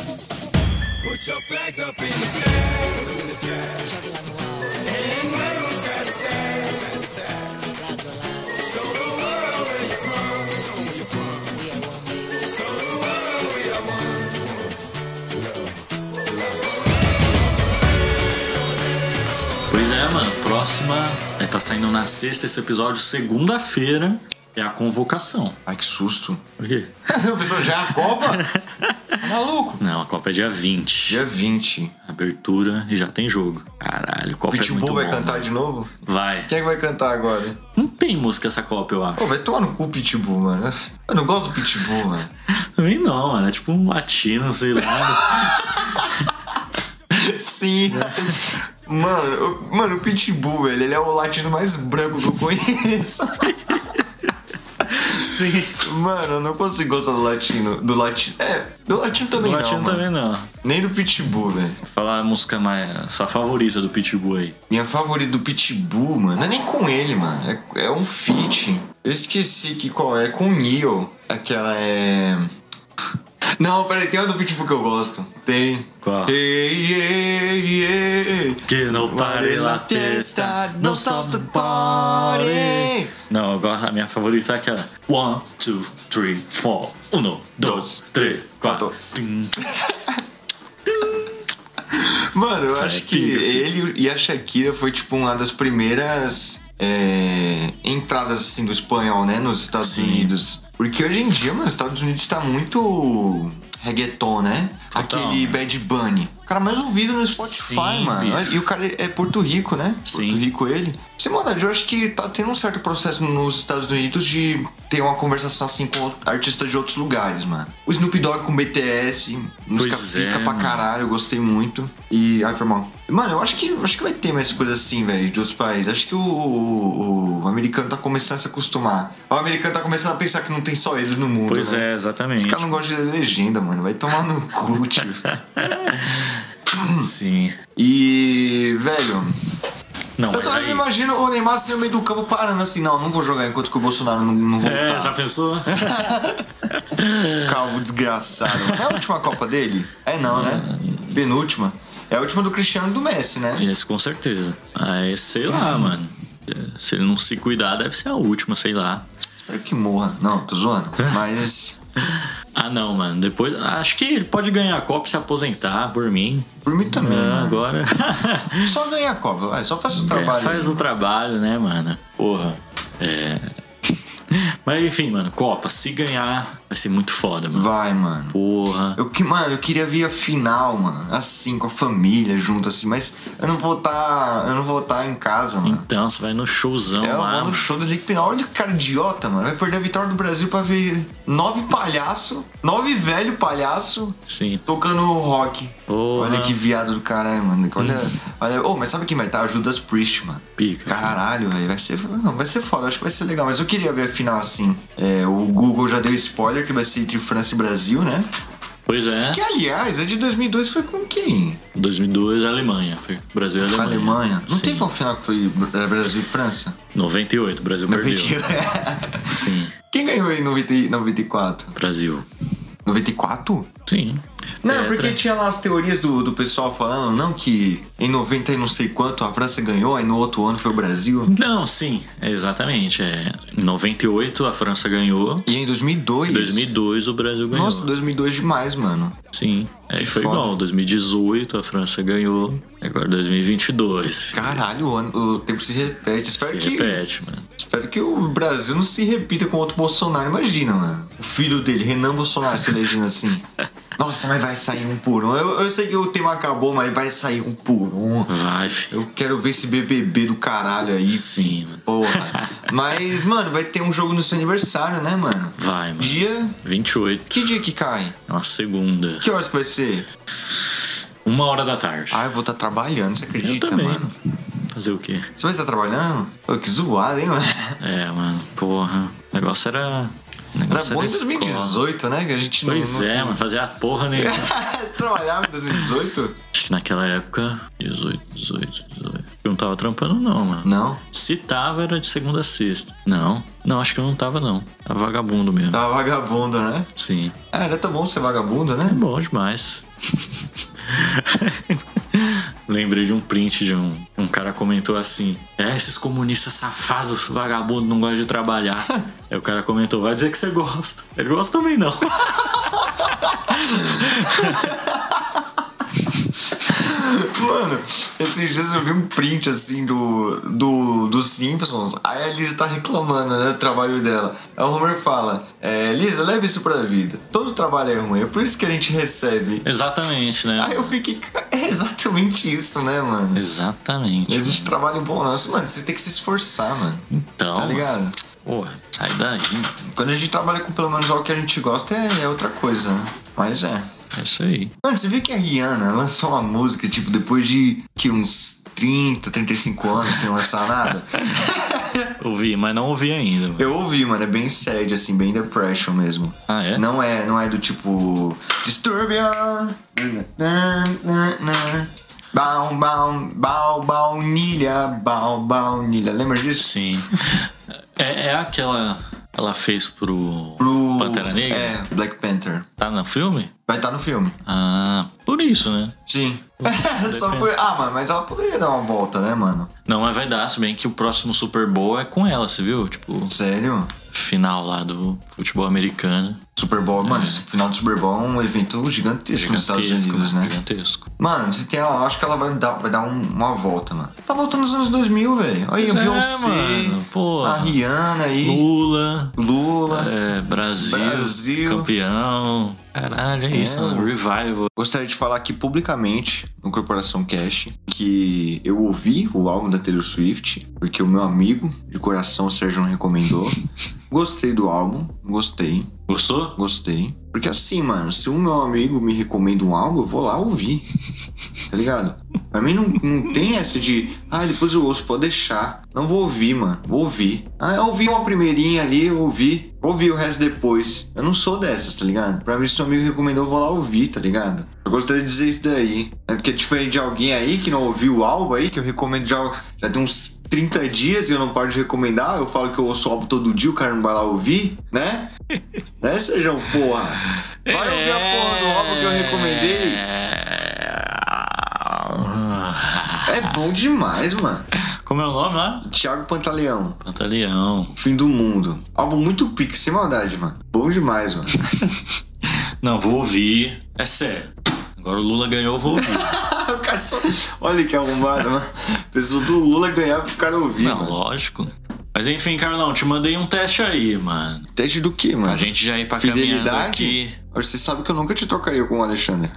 D: Put your flags up in the sky. And wave 'em side to side, side to side. Show the world where you're from. Show where you're from. Show the world we are one.
A: Pois é, mano. Próxima. é, Tá saindo na sexta esse episódio, segunda-feira. É a convocação.
B: Ai, que susto.
A: Por quê?
B: A pessoa já é a Copa? Tá maluco?
A: Não, a Copa é dia 20.
B: Dia 20.
A: Abertura e já tem jogo. Caralho, Copa é muito
B: Pitbull vai
A: bom,
B: cantar
A: mano.
B: de novo?
A: Vai.
B: Quem é que vai cantar agora?
A: Não tem música essa Copa, eu acho.
B: Pô, vai tomar no cu Pitbull, mano. Eu não gosto do Pitbull, mano.
A: Também não, mano. É tipo um latino, sei lá.
B: Sim. Mano, eu- mano, o Pitbull, velho, ele é o latino mais branco que eu conheço.
A: Sim.
B: Mano, eu não consigo gostar do latino. Do latino. É, do latino também
A: O
B: não.
A: latino
B: mano.
A: também não.
B: Nem do Pitbull, velho.
A: Vou falar a música mais. Sua favorita do Pitbull aí.
B: Minha favorita do Pitbull, mano, não é nem com ele, mano. É, é um feat. Eu esqueci que qual é. É com o Neo. Aquela é. Não, peraí, tem uma do Pitbull que eu gosto. Tem.
A: Qual?
B: Ei, ei, ei.
A: Que não pare
B: Varela
A: la festa, não stop the party.
B: party.
A: Não, agora a minha favorita é aquela. One, two, three, four. Um, dois, três, quatro. Tum.
B: Mano, eu
A: Isso é
B: acho que
A: pica, filho.
B: ele e a Shakira foi tipo uma das primeiras é, entradas assim do espanhol, né, nos Estados
A: Sim.
B: Unidos. Porque hoje em dia, mano, os Estados Unidos tá muito reggaeton, né?
A: Total, né?
B: Aquele Bad Bunny. O cara mais ouvido no Spotify,
A: Sim,
B: mano.
A: bicho.
B: E o cara é Porto Rico, né?
A: Sim.
B: Porto Rico ele. Pra Sem maldade, eu acho que tá tendo um certo processo nos Estados Unidos de ter uma conversação assim com artistas de outros lugares, mano. O Snoop Dogg com BTS, música
A: Pois é,
B: fica pra
A: mano.
B: caralho, eu gostei muito. E. Ai, foi mal. Mano, eu acho que eu acho que vai ter mais coisas assim, velho, de outros países. Acho que o, o- o americano tá começando a se acostumar. O americano tá começando a pensar que não tem só eles no mundo.
A: Pois
B: né?
A: é, exatamente.
B: Os caras não gostam de legenda, mano. Vai tomar no cu, tio.
A: Sim.
B: E, velho.
A: Não,
B: Tanto
A: mas
B: eu
A: aí.
B: imagino o Neymar ser no meio do campo parando assim, não, não vou jogar enquanto que o Bolsonaro não, não voltar.
A: É, já pensou?
B: Calvo desgraçado. É a última Copa dele? É não, né? Penúltima. É a última do Cristiano e do Messi, né?
A: Esse com certeza. Aí, sei lá, mano. É, Se ele não se cuidar, deve ser a última, sei lá.
B: Espero que morra. Não, tô zoando. Mas.
A: Ah, não, mano. Depois. Acho que ele pode ganhar a Copa e se aposentar por mim.
B: Por mim também,
A: Ah,
B: né?
A: agora.
B: Só ganha a Copa, vai. Só faz o
A: É,
B: trabalho.
A: faz o trabalho, né, mano? Porra. É. Mas enfim, mano, Copa, se ganhar, vai ser muito foda, mano.
B: Vai, mano.
A: Porra.
B: Eu que, mano, eu queria ver a final, mano. Assim, com a família junto, assim, mas eu não vou estar. eu não vou estar em casa, mano.
A: Então, você vai no showzão
B: É,
A: lá.
B: mano, o
A: Então, mano.
B: show da Liga Pinal. Olha que cara idiota, mano. Vai perder a vitória do Brasil pra ver nove palhaço, nove velho palhaço
A: Sim.
B: tocando rock.
A: Porra. Uhum.
B: Olha que viado do caralho, mano. Olha, olha. Ô, mas sabe quem vai estar? A Judas Priest, mano.
A: Pica.
B: Caralho, velho. Vai ser, não, vai ser foda. Acho que vai ser legal. Mas eu queria ver a final assim. É, o Google já deu spoiler que vai ser entre França e Brasil, né?
A: Pois é.
B: Que, aliás, a de 2002 foi com quem?
A: 2002, Alemanha. Foi Brasil e
B: Com a
A: Alemanha.
B: Alemanha. Não
A: Sim.
B: teve uma final que foi Bra- Brasil e França? é
A: 98, Brasil perdeu. Sim.
B: Quem ganhou em 90 e 94?
A: Brasil.
B: 94?
A: Sim. É,
B: Não,
A: Tetra.
B: porque tinha lá as teorias do, do pessoal falando, não, que em 90 e não sei quanto a França ganhou, aí no outro ano foi o Brasil.
A: Não, sim, exatamente. É. Em 98 a França ganhou.
B: E em 2002.
A: Em 2002 o Brasil ganhou.
B: Nossa, 2002 demais, mano.
A: Sim. Aí foi
B: foda.
A: igual. 2018 a França ganhou. Agora 2022. filho.
B: Caralho, o, ano- o tempo se repete. Espero,
A: Se
B: que,
A: repete, mano.
B: espero que o Brasil não se repita com outro Bolsonaro. Imagina, mano. O filho dele, Renan Bolsonaro, se elegendo assim. Nossa, mas vai sair um por um. Eu, eu sei que o tema acabou, mas vai sair um por um.
A: Vai, filho.
B: Eu quero ver esse BBB do caralho aí.
A: Sim, mano.
B: Porra. Mas, mano, vai ter um jogo no seu aniversário, né, mano?
A: Vai, mano.
B: Dia.
A: 28.
B: Que dia que cai?
A: É uma segunda.
B: Que horas que vai ser?
A: Uma hora da tarde.
B: Ah, eu vou estar trabalhando, você acredita,
A: Eu também.
B: mano?
A: Fazer o quê?
B: Você vai estar trabalhando? Ô, que zoado, hein, mano?
A: É, mano. Porra. O negócio era. O
B: Era
A: negócio
B: bom em
A: escola.
B: 2018, né? Que a gente não.
A: Pois
B: não...
A: é, mano. Fazer a porra nenhuma.
B: Você trabalhava em 2018?
A: Acho que naquela época. 18, 18, 18. Eu não tava trampando, não, mano.
B: Não.
A: Se tava, era de segunda a sexta. Não. Não, acho que eu não tava, não. Tava vagabundo mesmo.
B: Tava vagabundo, né?
A: Sim.
B: Ah, era tão bom ser vagabundo, né?
A: Bom demais. Lembrei de um print de um, um cara comentou assim: É, esses comunistas safados, vagabundo, não gostam de trabalhar. Aí o cara comentou: Vai dizer que você gosta. Ele gosta também não.
B: Mano, esses dias eu vi um print assim do, do, do Simpsons. Aí a Lisa tá reclamando, né? Do trabalho dela. Aí o Homer fala: é, Lisa, leve isso pra vida. Todo trabalho é ruim, é por isso que a gente recebe.
A: Exatamente, né?
B: Aí eu fiquei. "Ca- É exatamente isso, né, mano? Não
A: Exatamente.
B: existe trabalho bom, não. Isso, Mano, você tem que se esforçar, mano.
A: Então,
B: Tá ligado?
A: porra, sai daí.
B: Quando a gente trabalha com pelo menos algo que a gente gosta, é, é outra coisa, né? Mas é.
A: É isso aí.
B: Mano, você viu que a Rihanna lançou uma música, tipo, depois de que uns 30, 35 anos sem lançar nada?
A: Ouvi, mas não ouvi ainda. mano.
B: Eu ouvi, mano, é bem sad, assim, bem depression mesmo.
A: Ah, é?
B: Não é, não é do tipo. Disturbia! Bal, bal, bal, baunilha, bal, baunilha. Lembra disso?
A: Sim. É, é aquela. Ela fez pro,
B: Pro.
A: Pantera Negra?
B: É, Black Panther.
A: Tá no filme?
B: Vai estar no filme.
A: Ah, por isso, né?
B: Sim. Só por... Ah, mano, mas ela poderia dar uma volta, né, mano?
A: Não, mas vai dar, se bem que o próximo Super Bowl é com ela, você viu? Tipo,
B: Sério?
A: final lá do futebol americano.
B: Super Bowl, mano, esse final do Super Bowl é um evento gigantesco, nos Estados
A: Gigantesco,
B: Unidos, né?
A: Gigantesco.
B: Mano, se tem ela, eu acho que ela vai dar, vai dar um- uma volta, mano. Tá voltando nos anos 2000, velho. Olha aí,
A: Pois é,
B: Beyoncé,
A: mano, porra.
B: a Rihanna aí,
A: Lula,
B: Lula.
A: é, Brasil,
B: Brasil.
A: campeão. Caralho, é isso,
B: É,
A: mano. Revival.
B: Gostaria de falar aqui publicamente no Corporação Cash que eu ouvi o álbum da Taylor Swift, porque o meu amigo de coração, Sérgio, recomendou. gostei do álbum, gostei,
A: Gostou?
B: gostei. Porque assim, mano, se um meu amigo me recomenda um álbum, eu vou lá ouvir. Tá ligado? Pra mim não, não tem essa de, ah, depois eu ouço, pode deixar. Não vou ouvir, mano, vou ouvir. Ah, eu ouvi uma primeirinha ali, eu ouvi, vou ouvir o resto depois. Eu não sou dessas, tá ligado? Pra mim, se um amigo recomendou, eu vou lá ouvir, tá ligado? Eu gostaria de dizer isso daí. É porque é diferente de alguém aí que não ouviu o álbum aí, que eu recomendo já, já tem uns 30 dias e eu não paro de recomendar. Eu falo que eu ouço o álbum todo dia, o cara não vai lá ouvir, né? né, Sejão, porra? Vai ouvir a porra do álbum que eu recomendei.
A: É...
B: É bom demais, mano.
A: Como é o nome lá?
B: Thiago Pantaleão,
A: Pantaleão.
B: Fim do Mundo. Álbum muito pique, sem maldade, mano. Bom demais, mano.
A: Não, vou ouvir. É sério. Agora o Lula ganhou, eu vou ouvir.
B: o cara só... Olha que arrombado, mano. Pessoa do Lula ganhar pro cara ouvir,
A: Não,
B: mano.
A: lógico. Mas enfim, Carlão, te mandei um teste aí, mano.
B: Teste do que, mano?
A: A gente já ir pra caminhando
B: Fidelidade?
A: aqui.
B: Você sabe que eu nunca te trocaria com o Alexandre.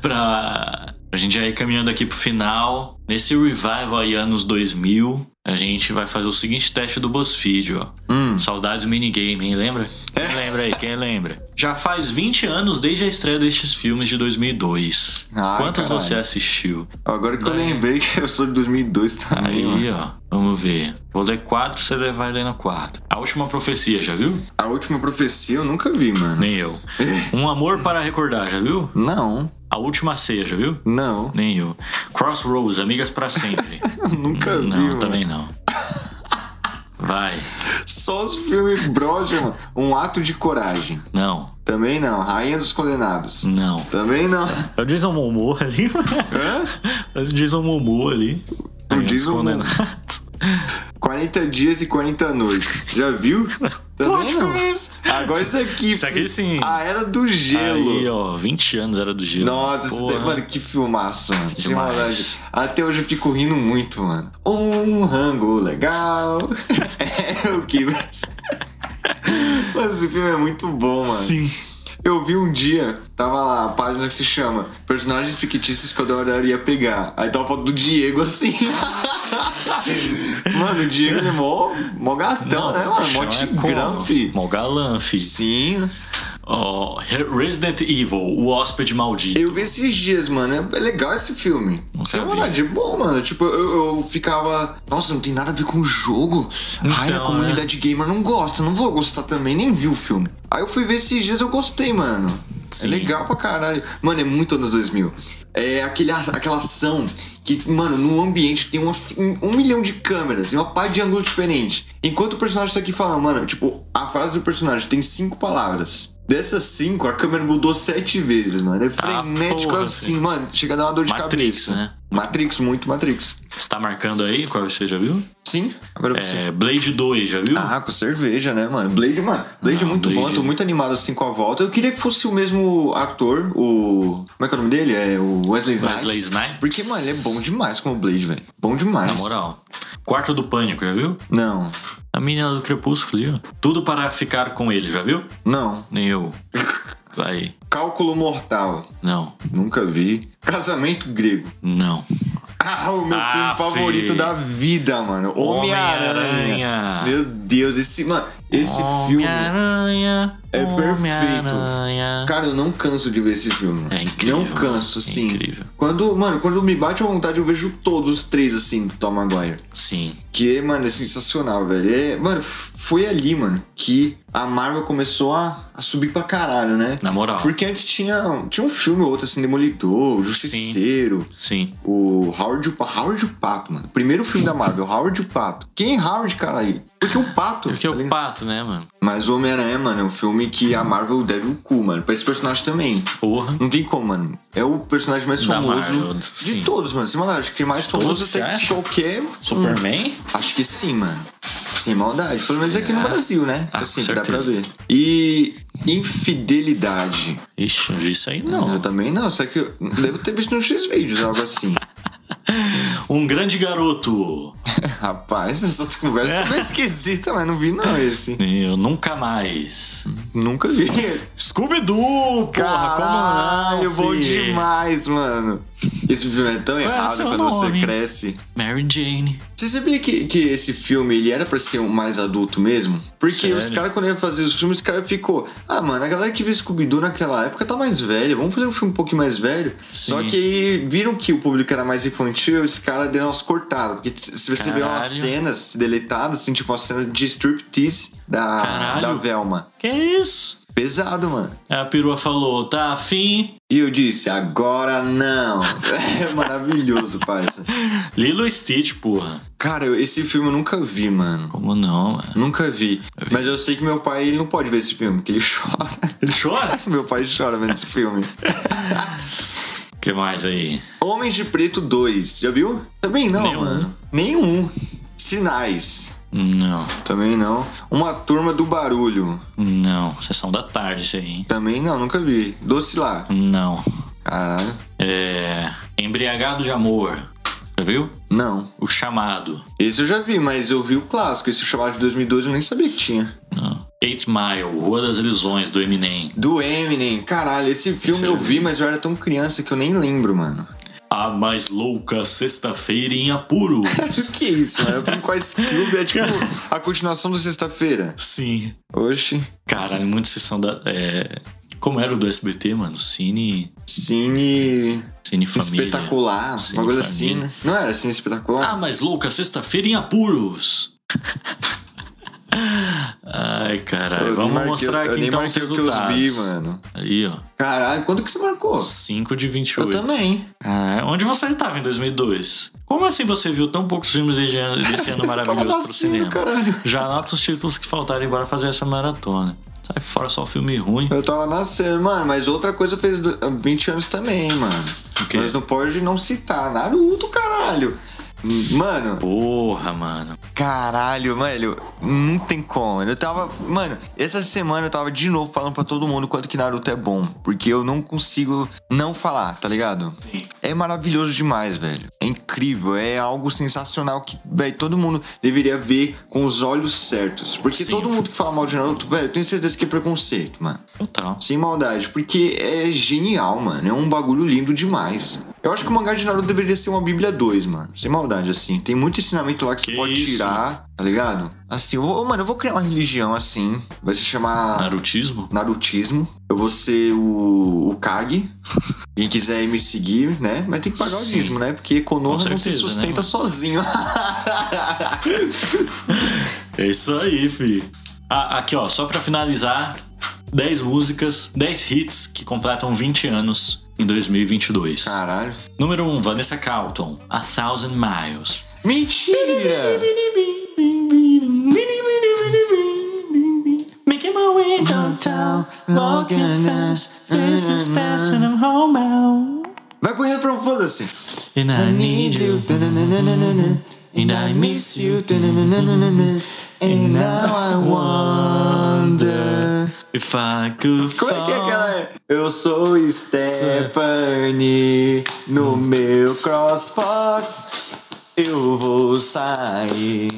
A: pra... A gente já ir caminhando aqui pro final. Nesse revival aí, anos 2000, a gente vai fazer o seguinte teste do BuzzFeed, ó.
B: Hum. É.
A: Saudades minigame, hein? Lembra? Quem lembra aí? Quem lembra? Já faz 20 anos desde a estreia destes filmes de 2002.
B: Ai,
A: Quantos
B: caralho.
A: você assistiu?
B: Agora que eu
A: Daí.
B: lembrei que eu sou de 2002 também, mano.
A: Aí, ó. Vamos ver. Vou ler 4, você vai lendo 4. A última profecia, já viu?
B: A última profecia eu nunca vi, mano.
A: Nem eu.
B: É.
A: Um amor para recordar, já viu?
B: Não,
A: A última ceia, já viu?
B: não.
A: Nem eu. Crossroads, amigas para sempre.
B: nunca vi,
A: não,
B: mano.
A: também não. Vai.
B: Só os filmes broja, mano. Um ato de coragem.
A: Não,
B: Também não. Rainha dos Condenados.
A: não.
B: Também não.
A: É o Jason Momoa ali. Parece o Jason Momoa ali.
B: O
A: Aí, os
B: Jason Momoa.
A: condenados.
B: 40 dias e 40 noites. Já viu? Também
A: Pode
B: não.
A: ver isso.
B: Agora isso aqui.
A: Isso aqui
B: fi-
A: sim.
B: A Era do Gelo.
A: Aí, ó, 20 anos era do gelo.
B: Nossa, esse
A: Porra.
B: daí- mano, que filmaço, mano. Sem
A: Demais.
B: maldade. Até hoje eu fico rindo muito, mano. Um rango legal. é o que. Mano, esse filme é muito bom, mano.
A: Sim.
B: Eu vi um dia, tava lá, a página que se chama Personagens Fictícios que eu adoraria pegar. Aí tava a foto do Diego assim. mano, o Diego ele é mó, mó gatão, né, mano? Mó tigrão, fi.
A: é Mó galã, fi.
B: Sim.
A: Ó, Re- Resident Evil, o hóspede maldito.
B: Eu vi esses dias, mano. É legal esse filme.
A: Nunca
B: Sem
A: vi.
B: maldade, é bom, mano. Tipo, eu, eu ficava. Nossa, não tem nada a ver com o jogo. Ai, a
A: Então,
B: comunidade gamer não gosta. Não vou gostar também, nem vi o filme. Aí eu fui ver esses dias eu gostei, mano.
A: Sim.
B: É legal pra caralho. Mano, é muito anos 2000. É aquele, a- aquela ação que, mano, no ambiente tem umas- um, um milhão de câmeras e uma pá de ângulo diferente. Enquanto o personagem tá aqui falando, mano, tipo, a frase do personagem tem cinco palavras. Dessas cinco, a câmera mudou sete vezes, mano. É
A: Ah,
B: frenético
A: porra,
B: assim,
A: filho.
B: mano. Chega a dar uma dor de
A: Matrix,
B: cabeça.
A: né?
B: Matrix, muito Matrix.
A: Você tá marcando aí? Qual você já viu?
B: Sim, agora eu consigo.
A: É, Blade 2, já viu?
B: Ah, com cerveja, né, mano? Blade, mano. Blade é
A: Não,
B: muito bom,
A: Ah, Blade-
B: eu tô muito animado assim com a volta. Eu queria que fosse o mesmo ator, o. Como é que é o nome dele? É o Wesley Snipes.
A: Wesley Snipes.
B: Porque, mano, ele é bom demais como Blade, velho. Bom demais.
A: Na moral. Quarto do Pânico, já viu?
B: Não,
A: A menina do Crepúsculo ali, ó. Tudo para ficar com ele, já viu?
B: não.
A: Nem eu. Vai.
B: Cálculo mortal.
A: Não.
B: Nunca vi. Casamento grego.
A: Não.
B: Ah, o meu
A: Ah,
B: filme favorito
A: fi.
B: da vida, mano. Homem-Aranha.
A: Homem-Aranha.
B: meu Deus, esse. Mano, esse filme.
A: Homem-Aranha.
B: é perfeito.
A: Homem-Aranha.
B: Cara, eu não canso de ver esse filme.
A: É incrível,
B: Não canso,
A: mano. É
B: sim.
A: incrível.
B: Quando, mano, quando me bate a vontade, eu vejo todos os três, assim, do Tom Maguire.
A: Sim.
B: Que, mano, é sensacional, velho. É, mano, f- foi ali, mano, que a Marvel começou a, a subir pra caralho, né?
A: Na moral.
B: Porque antes tinha, tinha um filme ou outro, assim, Demolidor, Justiceiro,
A: Sim.
B: o Howard, o Pa- Howard o Pato, mano. Primeiro filme da Marvel, Howard o Pato. Quem é Howard, cara, aí? Porque o Pato.
A: Porque é
B: tá
A: o
B: ligado?
A: pato, né, mano?
B: Mas o Homem-Aranha, mano, é um filme que a Marvel deve o cu, mano. Pra esse personagem também.
A: Porra.
B: Não tem como, mano. É o personagem mais
A: Da
B: famoso
A: Marvel,
B: de
A: sim.
B: todos, mano. Sem maldade. Acho que mais
A: todos,
B: famoso
A: você
B: até que
A: acha?
B: qualquer. Hum,
A: Superman?
B: acho que sim, mano. Sem maldade. Pelo menos aqui no
A: Será?
B: Brasil, né?
A: Ah,
B: assim,
A: com
B: que dá pra
A: certeza.
B: ver. E Infidelidade.
A: Ixi, eu vi isso aí
B: Eu
A: não.
B: também não, só que eu devo ter visto nos X-Vídeos, algo assim.
A: Um grande garoto.
B: Rapaz, essas conversas
A: É.
B: estão meio esquisitas, mas não vi não esse.
A: Eu nunca mais.
B: Nunca vi.
A: Scooby-Doo, porra, como
B: Caralho,
A: não,
B: bom
A: fi?
B: demais, mano. Esse filme é tão
A: é
B: errado
A: seu
B: quando
A: nome?
B: você cresce.
A: Mary Jane.
B: Você sabia que, que esse filme ele era pra ser um mais adulto mesmo? Porque
A: Sério?
B: os caras, quando iam fazer os filmes, os caras ficou. Ah, mano, a galera que viu Scooby-Doo naquela época tá mais velha. Vamos fazer um filme um pouquinho mais velho.
A: Sim.
B: Só que aí viram que o público era mais infantil, esse cara deu umas cortadas. Porque se se você vê umas
A: Caralho.
B: cenas deletadas, tem tipo uma cena de striptease da,
A: Caralho.
B: da Velma.
A: Que isso?
B: Pesado, mano.
A: Aí A perua falou, tá afim?
B: E eu disse, agora não. É maravilhoso, parça.
A: Lilo e Stitch, porra.
B: Cara, eu- esse filme eu nunca vi, mano.
A: Como não, mano?
B: Nunca vi. Mas eu sei que meu pai ele não pode ver esse filme, que ele chora.
A: Ele chora?
B: meu pai chora vendo esse filme.
A: O que mais aí?
B: Homens de Preto 2, já viu? Também não,
A: Nenhum.
B: mano. Nenhum. Sinais.
A: Não,
B: Também não. Uma turma do barulho.
A: não. Sessão da tarde, isso aí, hein?
B: Também não, nunca vi. Doce lá. Ah,
A: Não.
B: Caralho.
A: É. Embriagado de amor. Já viu?
B: Não.
A: O chamado.
B: Esse eu já vi, mas eu vi o clássico. Esse chamado de 2012 eu nem sabia que tinha.
A: Não. Eight Mile, Rua das Ilusões, do Eminem.
B: Do Eminem. Caralho, esse filme
A: Esse eu
B: eu
A: já
B: vi, mas eu era tão criança que eu nem lembro, mano.
A: A mais louca sexta-feira em apuros.
B: O que é isso, mano? Eu quais clube é tipo a continuação do sexta-feira.
A: Sim.
B: Oxi.
A: Caralho, muita sessão da. É... Como era o do SBT, mano? Cine.
B: Cine
A: Cine Família.
B: espetacular,
A: Cine
B: uma coisa assim,
A: família.
B: né? Não era cine
A: Ah,
B: espetacular?
A: mas louca, sexta-feira em apuros. Ai,
B: Eu
A: caralho.
B: nem
A: é, Vamos
B: marquei-
A: mostrar
B: eu
A: aqui
B: nem
A: então os
B: marquei o que
A: resultados.
B: Eu vi, mano.
A: Aí, ó.
B: Caralho, quando que você marcou?
A: 5 de 28.
B: Eu também.
A: Caralho, É, onde você estava em 2002? Como assim você viu tão poucos filmes desse ano, desse ano
B: Tava assim,
A: maravilhoso pro
B: nascendo,
A: cinema?
B: caralho.
A: Já anota os títulos que faltaram e bora fazer essa maratona. Sai fora só filme ruim.
B: Eu tava nascendo, mano, mas outra coisa fez do- 20 anos também, mano.
A: O quê?
B: Mas não pode não citar. Naruto, caralho. Hum, Mano,
A: Porra, mano.
B: Caralho, velho, não tem como. Eu tava. Mano, essa semana eu tava de novo falando pra todo mundo quanto que Naruto é bom. Porque eu não consigo não falar, tá ligado? É maravilhoso demais, velho. É incrível, é algo sensacional que, velho, todo mundo deveria ver com os olhos certos. Porque
A: Sim.
B: todo mundo que fala mal de Naruto, velho, eu tenho certeza que é preconceito, mano.
A: Total.
B: Sem maldade, porque é genial, mano. É um bagulho lindo demais. Eu acho que o mangá de Naruto deveria ser uma Bíblia 2, mano. Sem maldade, assim. Tem muito ensinamento lá que, você
A: Que
B: pode
A: isso,
B: tirar, tá ligado? Assim, eu vou, mano, eu vou criar uma religião assim. Vai se chamar
A: Narutismo?
B: Narutismo. Eu vou ser o, o Kage. Quem quiser me seguir, né? Mas tem que pagar
A: Sim.
B: o dízimo, né? Porque Konoha
A: Com
B: não se
A: certeza, né,
B: sustenta
A: mano?
B: sozinho.
A: É isso aí, fi. Ah, aqui, ó, só pra finalizar: 10 músicas, 10 hits que completam 20 anos em 2022.
B: Caralho.
A: Número 1, Vanessa Carlton, A Thousand Miles.
B: Mentira!
D: Making my way downtown, walking fast, this is fast and I'm homebound.
B: Vai pro refrão, foda-se.
A: And I need you.
B: tananana, and I miss you, tananana, and now I wonder.
A: If I could
B: Como é que é
A: fall.
B: aquela? Eu sou Stephanie, no meu CrossFox eu vou sair.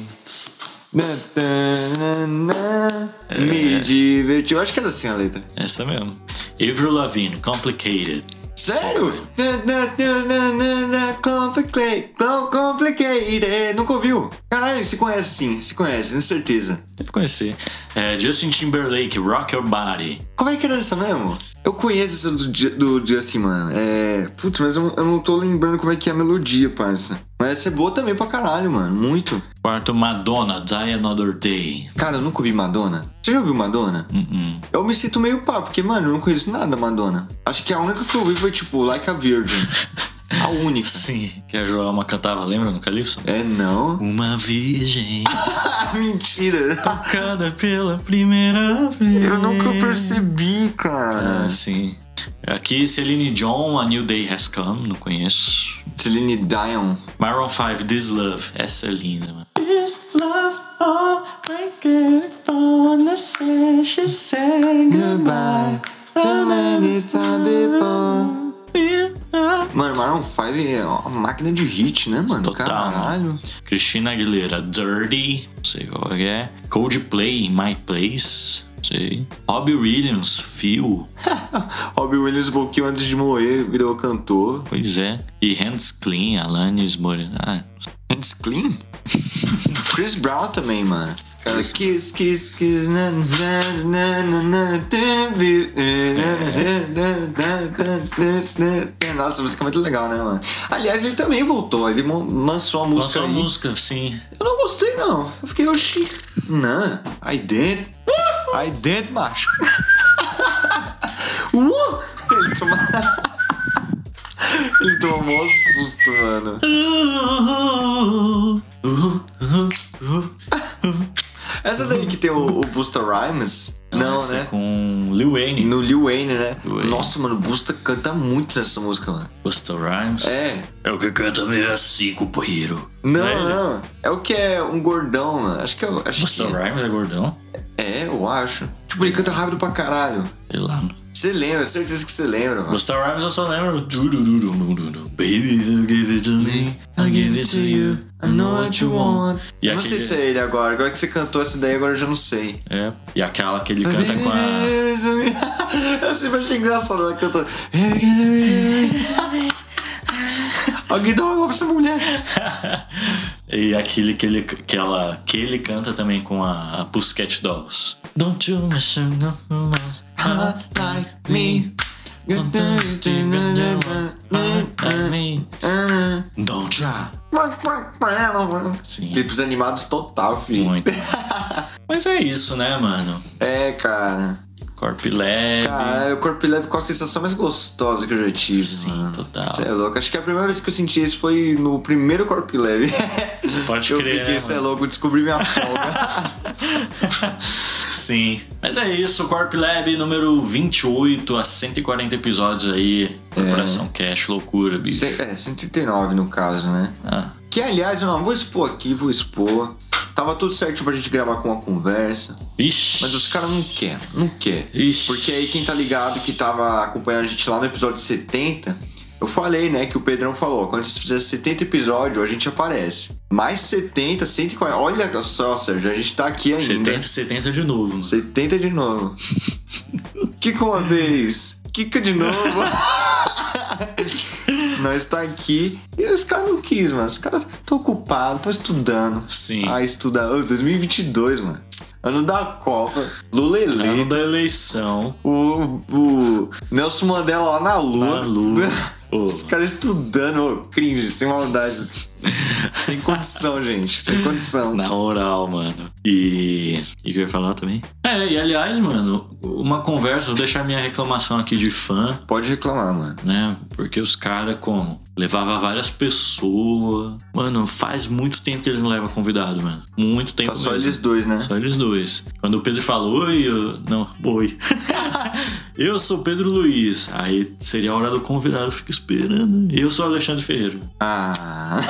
B: Nananana, Me divertir. Eu acho que era assim a letra.
A: Essa mesmo. Avril Lavigne, Complicated.
B: Sério? Na, na, na, na, na, Complicate, com- complicated. né? Nunca ouviu? Caralho, se conhece sim, se conhece, tenho certeza.
A: Deve conhecer. É, Justin Timberlake, Rock Your Body.
B: Como é que era essa mesmo? Eu conheço essa do, Ju- do Justin, mano. É. Putz, mas eu, eu não tô lembrando como é que é a melodia, parça. Mas essa é boa também pra caralho, mano. Muito.
A: Quarto, Madonna, Die Another Day.
B: Cara, eu nunca ouvi Madonna. Você já ouviu Madonna?
A: Uh-uh.
B: Eu me sinto meio pá, porque, mano, eu não conheço nada da Madonna. Acho que a única que eu ouvi foi, tipo, Like a Virgin. A única.
A: Sim. Que a Joelma cantava, lembra no Calypso?
B: É, não.
A: Uma virgem
B: Ah, mentira.
A: tocada pela primeira vez.
B: Eu nunca percebi, cara.
A: Ah, sim. Aqui, Celine John, A New Day Has Come. Não conheço.
B: Celine Dion.
A: Maroon 5, This Love. Essa é linda, mano.
D: This oh, love, all I get from the session, say goodbye.
B: time before. Mano, Maroon 5 é uma máquina de hit, né, mano?
A: Total,
B: Caralho.
A: Cristina Aguilera, Dirty, não sei qual que é. Coldplay, My Place, não sei. Robbie Williams, Phil,
B: Robbie Williams, um pouquinho antes de morrer, virou cantor.
A: pois é. E Hands Clean, Alanis Moreno. Ah,
B: Hands Clean? Chris Brown também, mano. Cara, kiss, kiss, kiss. na, na, na, na, na, teve, eh, na, na, na, na, na, na. Nossa, essa música é muito legal, né, mano? Aliás, ele também voltou. Ele mon- lançou a música
A: lançou a
B: aí.
A: música, sim.
B: Eu não gostei, não. Eu fiquei, oxi. Não, I did. I did, macho. Uh! Ele toma. Ele toma mó susto, mano. Essa daí que tem o, o Busta Rhymes? Não,
A: Essa é
B: né?
A: com Lil Wayne.
B: No Lil Wayne, né?
A: Lil Wayne.
B: Nossa, mano, o Busta canta muito nessa música, mano.
A: Busta Rhymes.
B: É.
A: É o que canta meio assim, companheiro.
B: Não,
A: é ele?
B: não. É o que é um gordão, mano. Acho que é. o- Acho
A: Busta
B: que é.
A: Rhymes é gordão?
B: É, eu acho. Tipo, ele canta rápido pra caralho.
A: Sei lá.
B: Você lembra, certeza que você lembra, mano.
A: Busta Rhymes eu só lembro. Baby, you give it to me, I give it to you, I know what you want. E
B: eu não sei
A: aquele-
B: se é ele agora. Agora que você cantou essa daí, agora eu já não sei.
A: É. E aquela que ele canta com a.
B: Eu sempre achei engraçado ela cantando. Alguém dá uma água pra essa mulher.
A: E aquele que ele, que ela, que ele canta também com a, a Pussycat Dolls. Ah, Don't you miss me, no more.
B: Hot like me.
A: Ah, Don't you? Sim.
B: Clipes animados total, filho.
A: Muito. Mas é isso, né, mano?
B: É, cara.
A: Corp Lab.
B: Cara, o Corpo Leve com a sensação mais gostosa que eu já tive.
A: Sim,
B: mano.
A: total.
B: Cê é louco. Acho que a primeira vez que eu senti isso foi no primeiro Corpo Leve.
A: Pode
B: eu
A: crer, né,
B: fiquei, cê é
A: mano?
B: louco, descobri minha folga.
A: Sim. Mas é isso, Corp Lab número 28 a 140 episódios aí. Corporação Cash, loucura, bicho.
B: É. Cê- é, 139 no caso, né?
A: Ah,
B: Que aliás, eu não vou expor aqui, vou expor. Tava tudo certo pra gente gravar com uma conversa,
A: Ixi.
B: mas os caras não quer, não quer.
A: Ixi.
B: Porque aí quem tá ligado que tava acompanhando a gente lá no episódio 70, eu falei, né, que o Pedrão falou, quando vocês fizerem 70 episódios, a gente aparece. Mais 70, 140, olha só, Sérgio, a gente tá aqui ainda.
A: 70, 70 de novo, mano.
B: 70 de novo. Kika uma vez. Kika de novo. Nós tá aqui. E os caras não quis, mano. Os caras tão ocupados, tão estudando.
A: Sim.
B: Ah, estudar. Ô, 2022, mano. Ano da Copa. Lula
A: Ano
B: eleito.
A: da eleição.
B: O, o Nelson Mandela lá na
A: Na
B: lua.
A: lua. Ô.
B: Os caras estudando, ô, cringe, sem maldade. sem condição, gente. Sem condição.
A: Na moral, mano. E. E o que eu ia falar também? É, e aliás, mano, uma conversa, vou deixar minha reclamação aqui de fã,
B: Pode reclamar, mano.
A: né? Porque os caras, como? Levava várias pessoas. Mano, faz muito tempo que eles não levam convidado, mano. Muito tempo
B: Tá só
A: mesmo.
B: eles dois, né?
A: Só eles dois. Quando o Pedro falou, oi, eu... não, oi. eu sou o Pedro Luiz. Aí seria a hora do convidado, fica esperando. Eu sou o Alexandre Ferreira.
B: Ah.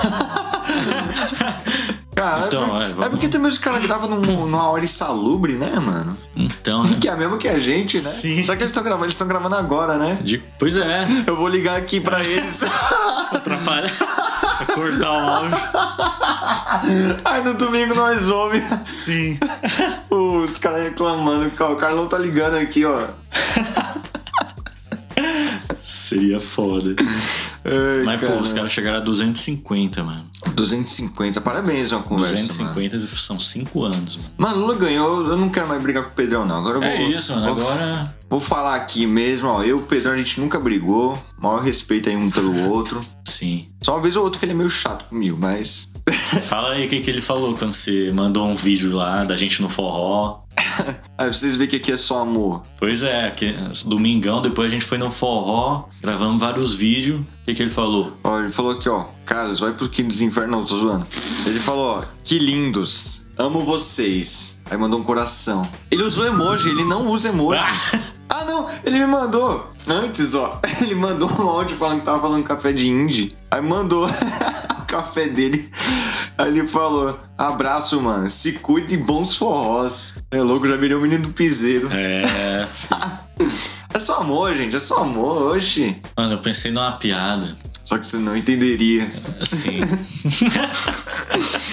B: Cara,
A: Então,
B: é, por-
A: é,
B: é
A: vamos-
B: porque também os caras gravam num- numa hora insalubre, né, mano?
A: Então, né?
B: Que é a mesma que a gente, né?
A: Sim.
B: Só que eles estão gravando, eles estão gravando agora, né?
A: De- Pois é,
B: Eu vou ligar aqui pra eles.
A: atrapalha. Cortar o áudio.
B: Aí no domingo nós ouvimos
A: Sim.
B: os caras reclamando. Ó, O Carlão tá ligando aqui, ó.
A: Seria foda.
B: Ai,
A: Mas, pô,
B: cara.
A: os caras chegaram a 250, mano.
B: 250, parabéns, é uma conversa. 250.
A: 250 são 5 anos, mano.
B: Mano. mano, Lula ganhou. Eu não quero mais brigar com o Pedrão, não. Agora eu vou.
A: É isso, mano.
B: vou-
A: Agora.
B: Vou falar aqui mesmo, ó. Eu e o Pedrão, a gente nunca brigou. Maior respeito aí um pelo outro.
A: Sim.
B: Só uma vez ou outra que ele é meio chato comigo, mas.
A: Fala aí o que, que ele falou quando você mandou um vídeo lá da gente no forró.
B: Aí vocês veem que aqui é só amor.
A: Pois é, que, domingão, depois a gente foi no forró, gravamos vários vídeos. O que, que ele falou?
B: Ó, ele falou aqui, ó. Carlos, vai pro Quinto dos Infernos, não, tô zoando. Ele falou, ó, que lindos. Amo vocês. Aí mandou um coração. Ele usou emoji, ele não usa emoji. Ah, não, ele me mandou. Antes, ó, ele mandou um áudio falando que tava fazendo café de indie. Aí mandou o café dele. Aí ele falou: abraço, mano. Se um cuida e bons forrós. É louco, já virei o menino do piseiro.
A: É.
B: É só amor, gente, é só amor, oxi.
A: Mano, eu pensei numa piada.
B: Só que você não entenderia.
A: Assim.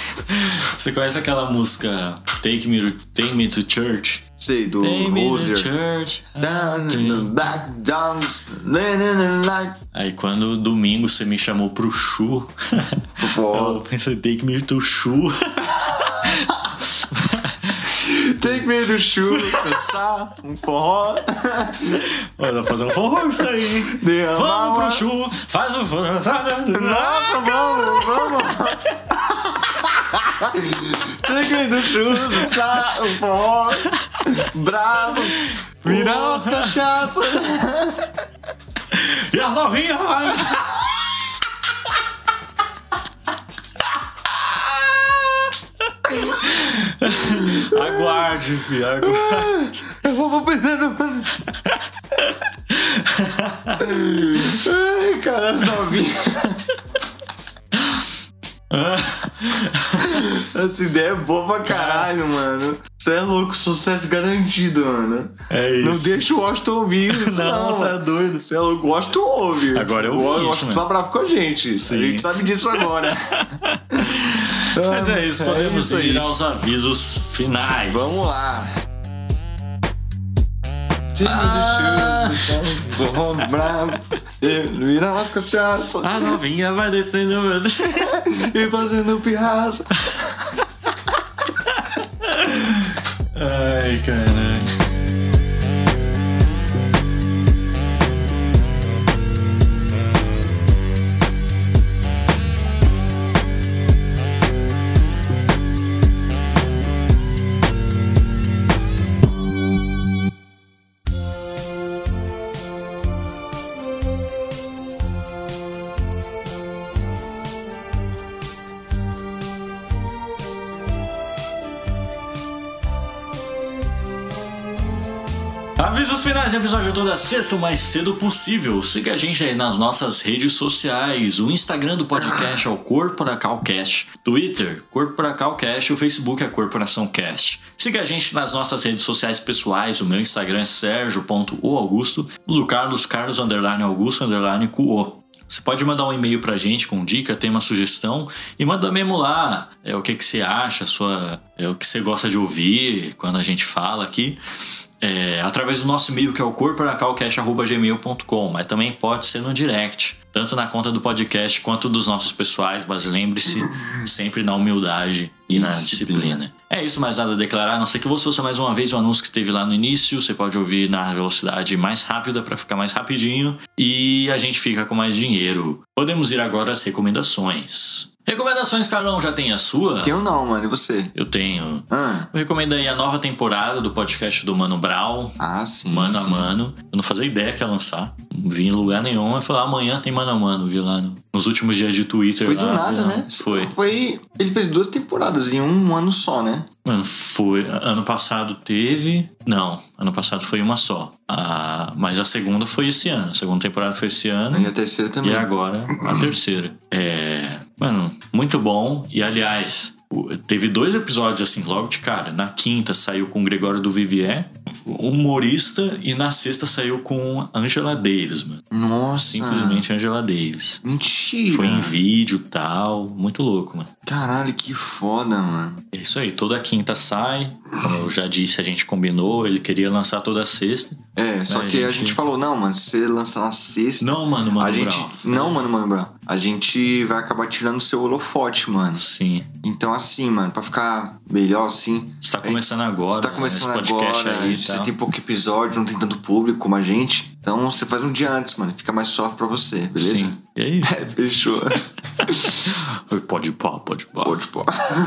A: Você conhece aquela música Take Me, Take Me to Church?
B: Sei, do
A: Take me to
B: Rosier.
A: church.
B: Down in the back, down, down in the night.
A: Aí quando domingo você me chamou pro Chu,
B: Pô.
A: eu pensei, take me to Chu.
B: Take me do shoe, dançar, um forró.
A: Ó, Dá pra fazer um forró com isso aí, hein?
B: Derramar
A: Vamos
B: uma-
A: pro Chu, faz um forró.
B: Nossa,
A: Ah,
B: vamos, vamos. Take me do shoe, dançar, um forró. Bravo. Virar uma cachaça.
A: E as novinhas, vai! Aguarde, filho. Aguarde.
B: Ah, Eu vou pensando, mano. Ai, cara, as novinhas. Essa ideia é boa pra caralho, mano. Você é louco, sucesso garantido, mano.
A: É isso.
B: Não deixa o Washington ouvir isso, não.
A: Não, você é
B: mano.
A: doido.
B: Você é louco, o Washington ouve.
A: Agora eu
B: O
A: ouvi isso,
B: Washington
A: mano.
B: tá bravo com a gente. A
A: Sim.
B: gente sabe disso agora.
A: Mas é isso,
B: É
A: podemos
B: isso aí.
A: ir aos avisos finais.
B: Vamos lá.
A: Ah.
B: Vou bravo. Virar umas cachaças.
A: A novinha vai descendo.
B: e fazendo pirraça.
A: Ai, caralho. Avisos finais, episódio toda sexta, o mais cedo possível. Siga a gente aí nas nossas redes sociais. O Instagram do podcast é o Corporacalcast. Twitter, Corporacalcast. O Facebook é Corporação Cast. Siga a gente nas nossas redes sociais pessoais. O meu Instagram é sergio.oaugusto. O do Carlos, carlos, underline, augusto, underline, QO. Você pode mandar um e-mail pra gente com dica, tema, sugestão e manda mesmo lá é, o que, que você acha, sua, é, o que você gosta de ouvir quando a gente fala aqui. É, através do nosso e-mail que é o corporacalcast.gmail.com, mas também pode ser no direct, tanto na conta do podcast quanto dos nossos pessoais, mas lembre-se sempre na humildade e na
B: Disciplina.
A: disciplina. É isso, mais nada a declarar, a não ser que você ouça mais uma vez o anúncio que teve lá no início. Você pode ouvir na velocidade mais rápida para ficar mais rapidinho. E a gente fica com mais dinheiro. Podemos ir agora às recomendações. Recomendações, Carlão, já tem a sua?
B: Eu um não, mano, e você?
A: Eu tenho.
B: Ah,
A: Eu recomendo aí a nova temporada do podcast do Mano Brown,
B: ah sim.
A: Mano a
B: sim.
A: Mano. Eu não fazia ideia que ia lançar. Não vi em lugar nenhum. Eu falei, "Ah, amanhã tem Mano a Mano, vi lá no- nos últimos dias de Twitter.
B: Foi do
A: lá, vi
B: nada,
A: lá.
B: né?
A: Foi.
B: Ele fez duas temporadas em um ano só, né?
A: Mano, foi. Ano passado teve. Não, ano passado foi uma só. Ah, mas a segunda foi esse ano. A segunda temporada foi esse ano.
B: E a terceira também.
A: E agora a terceira. É. Mano, muito bom. E aliás, o- teve dois episódios assim, logo de cara. Na quinta saiu com o Gregório do Vivier, o humorista, e na sexta saiu com a Angela Davis, mano.
B: Nossa.
A: Simplesmente Angela Davis.
B: Mentira.
A: Foi em vídeo e tal. Muito louco, mano.
B: Caralho, que foda, mano.
A: É isso aí, toda quinta sai. Como eu já disse, a gente combinou, ele queria lançar toda sexta.
B: É, só
A: Mas,
B: que a
A: gente-
B: gente falou, não, mano, se você lançar na sexta.
A: Não, mano, mano,
B: a gente.
A: Brown.
B: Não, mano, mano, Brown. A gente vai acabar tirando seu holofote, mano.
A: Sim.
B: Então, assim, mano, pra ficar melhor assim,
A: Está começando agora.
B: Você tá
A: né,
B: começando
A: esse podcast
B: agora,
A: aí tá? e
B: você
A: tal.
B: tem pouco episódio, não tem tanto público como a gente. Então você faz um dia antes, mano. Fica mais suave pra você, beleza?
A: Sim. E aí?
B: É, fechou.
A: Oi, Pode pá, pode pá.
B: Pode pôr.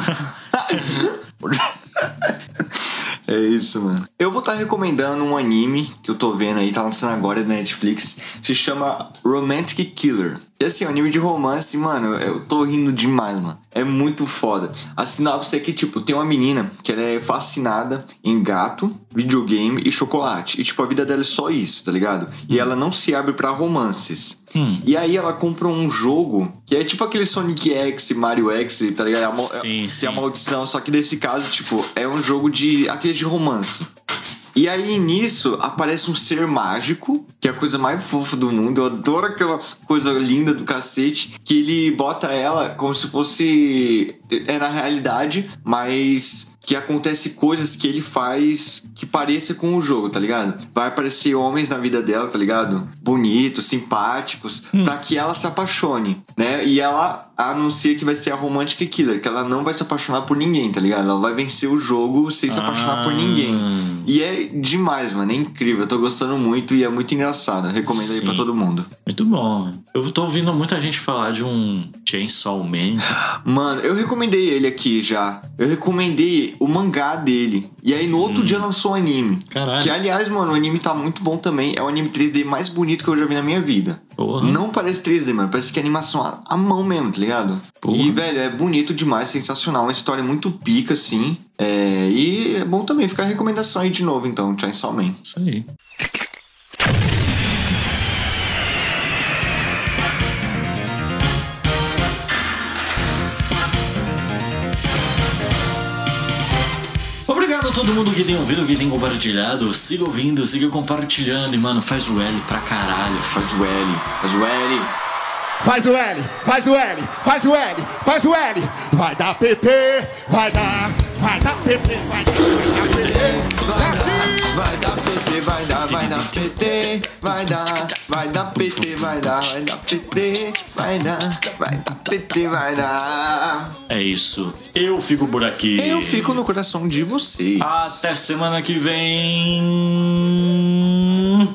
B: É isso, mano. Eu vou estar recomendando um anime que eu tô vendo aí, tá lançando agora na Netflix. Se chama Romantic Killer. E assim, é um anime de romance, e, mano, eu tô rindo demais, mano. É muito foda. A sinopse é que, tipo, tem uma menina que ela é fascinada em gato, videogame e chocolate. E, tipo, a vida dela é só isso, tá ligado? E ela não se abre pra romances.
A: Hum.
B: E aí ela compra um jogo que é tipo aquele Sonic X, Mario X, tá ligado? É a mo-
A: Sim,
B: é-
A: sim.
B: Tem a maldição, só que nesse caso, tipo, é um jogo de. aquele de romance. E aí nisso aparece um ser mágico, que é a coisa mais fofa do mundo. Eu adoro aquela coisa linda do cacete, que ele bota ela como se fosse. É na realidade, mas que acontece coisas que ele faz que pareça com o jogo, tá ligado? Vai aparecer homens na vida dela, tá ligado? Bonitos, simpáticos, pra que ela se apaixone, né? E ela anuncia que vai ser a romantic killer, que ela não vai se apaixonar por ninguém, tá ligado? Ela vai vencer o jogo sem se apaixonar
A: Ah.
B: por ninguém. E é demais, mano, é incrível. Eu tô gostando muito e é muito engraçado. Recomendo aí
A: Sim.
B: pra todo mundo.
A: Muito bom. Eu tô ouvindo muita gente falar de um Chainsaw Man.
B: Mano, eu recomendei ele aqui já. Eu recomendei o mangá dele. E aí no outro dia lançou o anime.
A: Hum. Caralho.
B: Que aliás, mano, o anime tá muito bom também. É o anime 3D mais bonito que eu já vi na minha vida.
A: Porra.
B: Não parece 3D, mano. Parece que é animação à- à mão mesmo, tá ligado?
A: Porra.
B: E, velho, é bonito demais, sensacional. Uma história muito pica, assim. É, e é bom também. Fica a recomendação aí de novo, então, Chainsaw Man.
A: Isso aí. Obrigado a todo mundo que tem ouvido, que tem compartilhado. Siga ouvindo, siga compartilhando. E, mano, faz o L pra caralho.
B: Faz o L. Faz o L.
C: Faz o L, faz o L, faz o L, faz o L. Vai dar PT, vai dar, vai dar PT, vai dar, vai dar PT. Tá sim.
B: Vai dar PT, vai dar, vai dar PT, vai dar, vai dar PT, vai dar, vai dar PT, vai dar, vai dar PT, vai dar.
A: É isso. Eu fico por aqui.
B: Eu fico no coração de vocês.
A: Até semana que vem.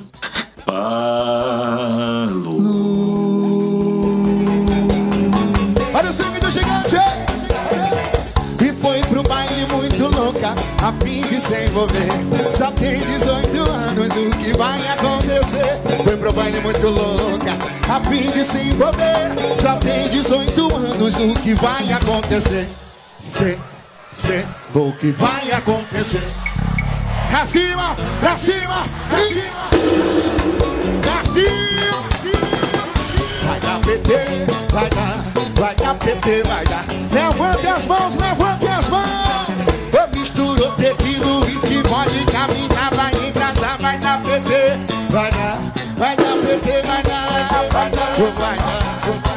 A: Falou.
C: Olha o sangue do gigante. E foi pro baile muito louca, a fim de se envolver. Só tem 18 anos, o que vai acontecer? Foi pro baile muito louca, a fim de se envolver. Só tem 18 anos, o que vai acontecer? Cê, cê, o que vai acontecer? Pra cima, pra cima, pra cima, pra cima. Vai dar PT, vai dar, vai dar PT, vai dar. Levante as mãos, levante as mãos. Eu misturo tequila, uísque, vodka, mina, vai em casa, vai dar PT. Vai dar, vai dar PT, vai dar, vai dar, vai dar.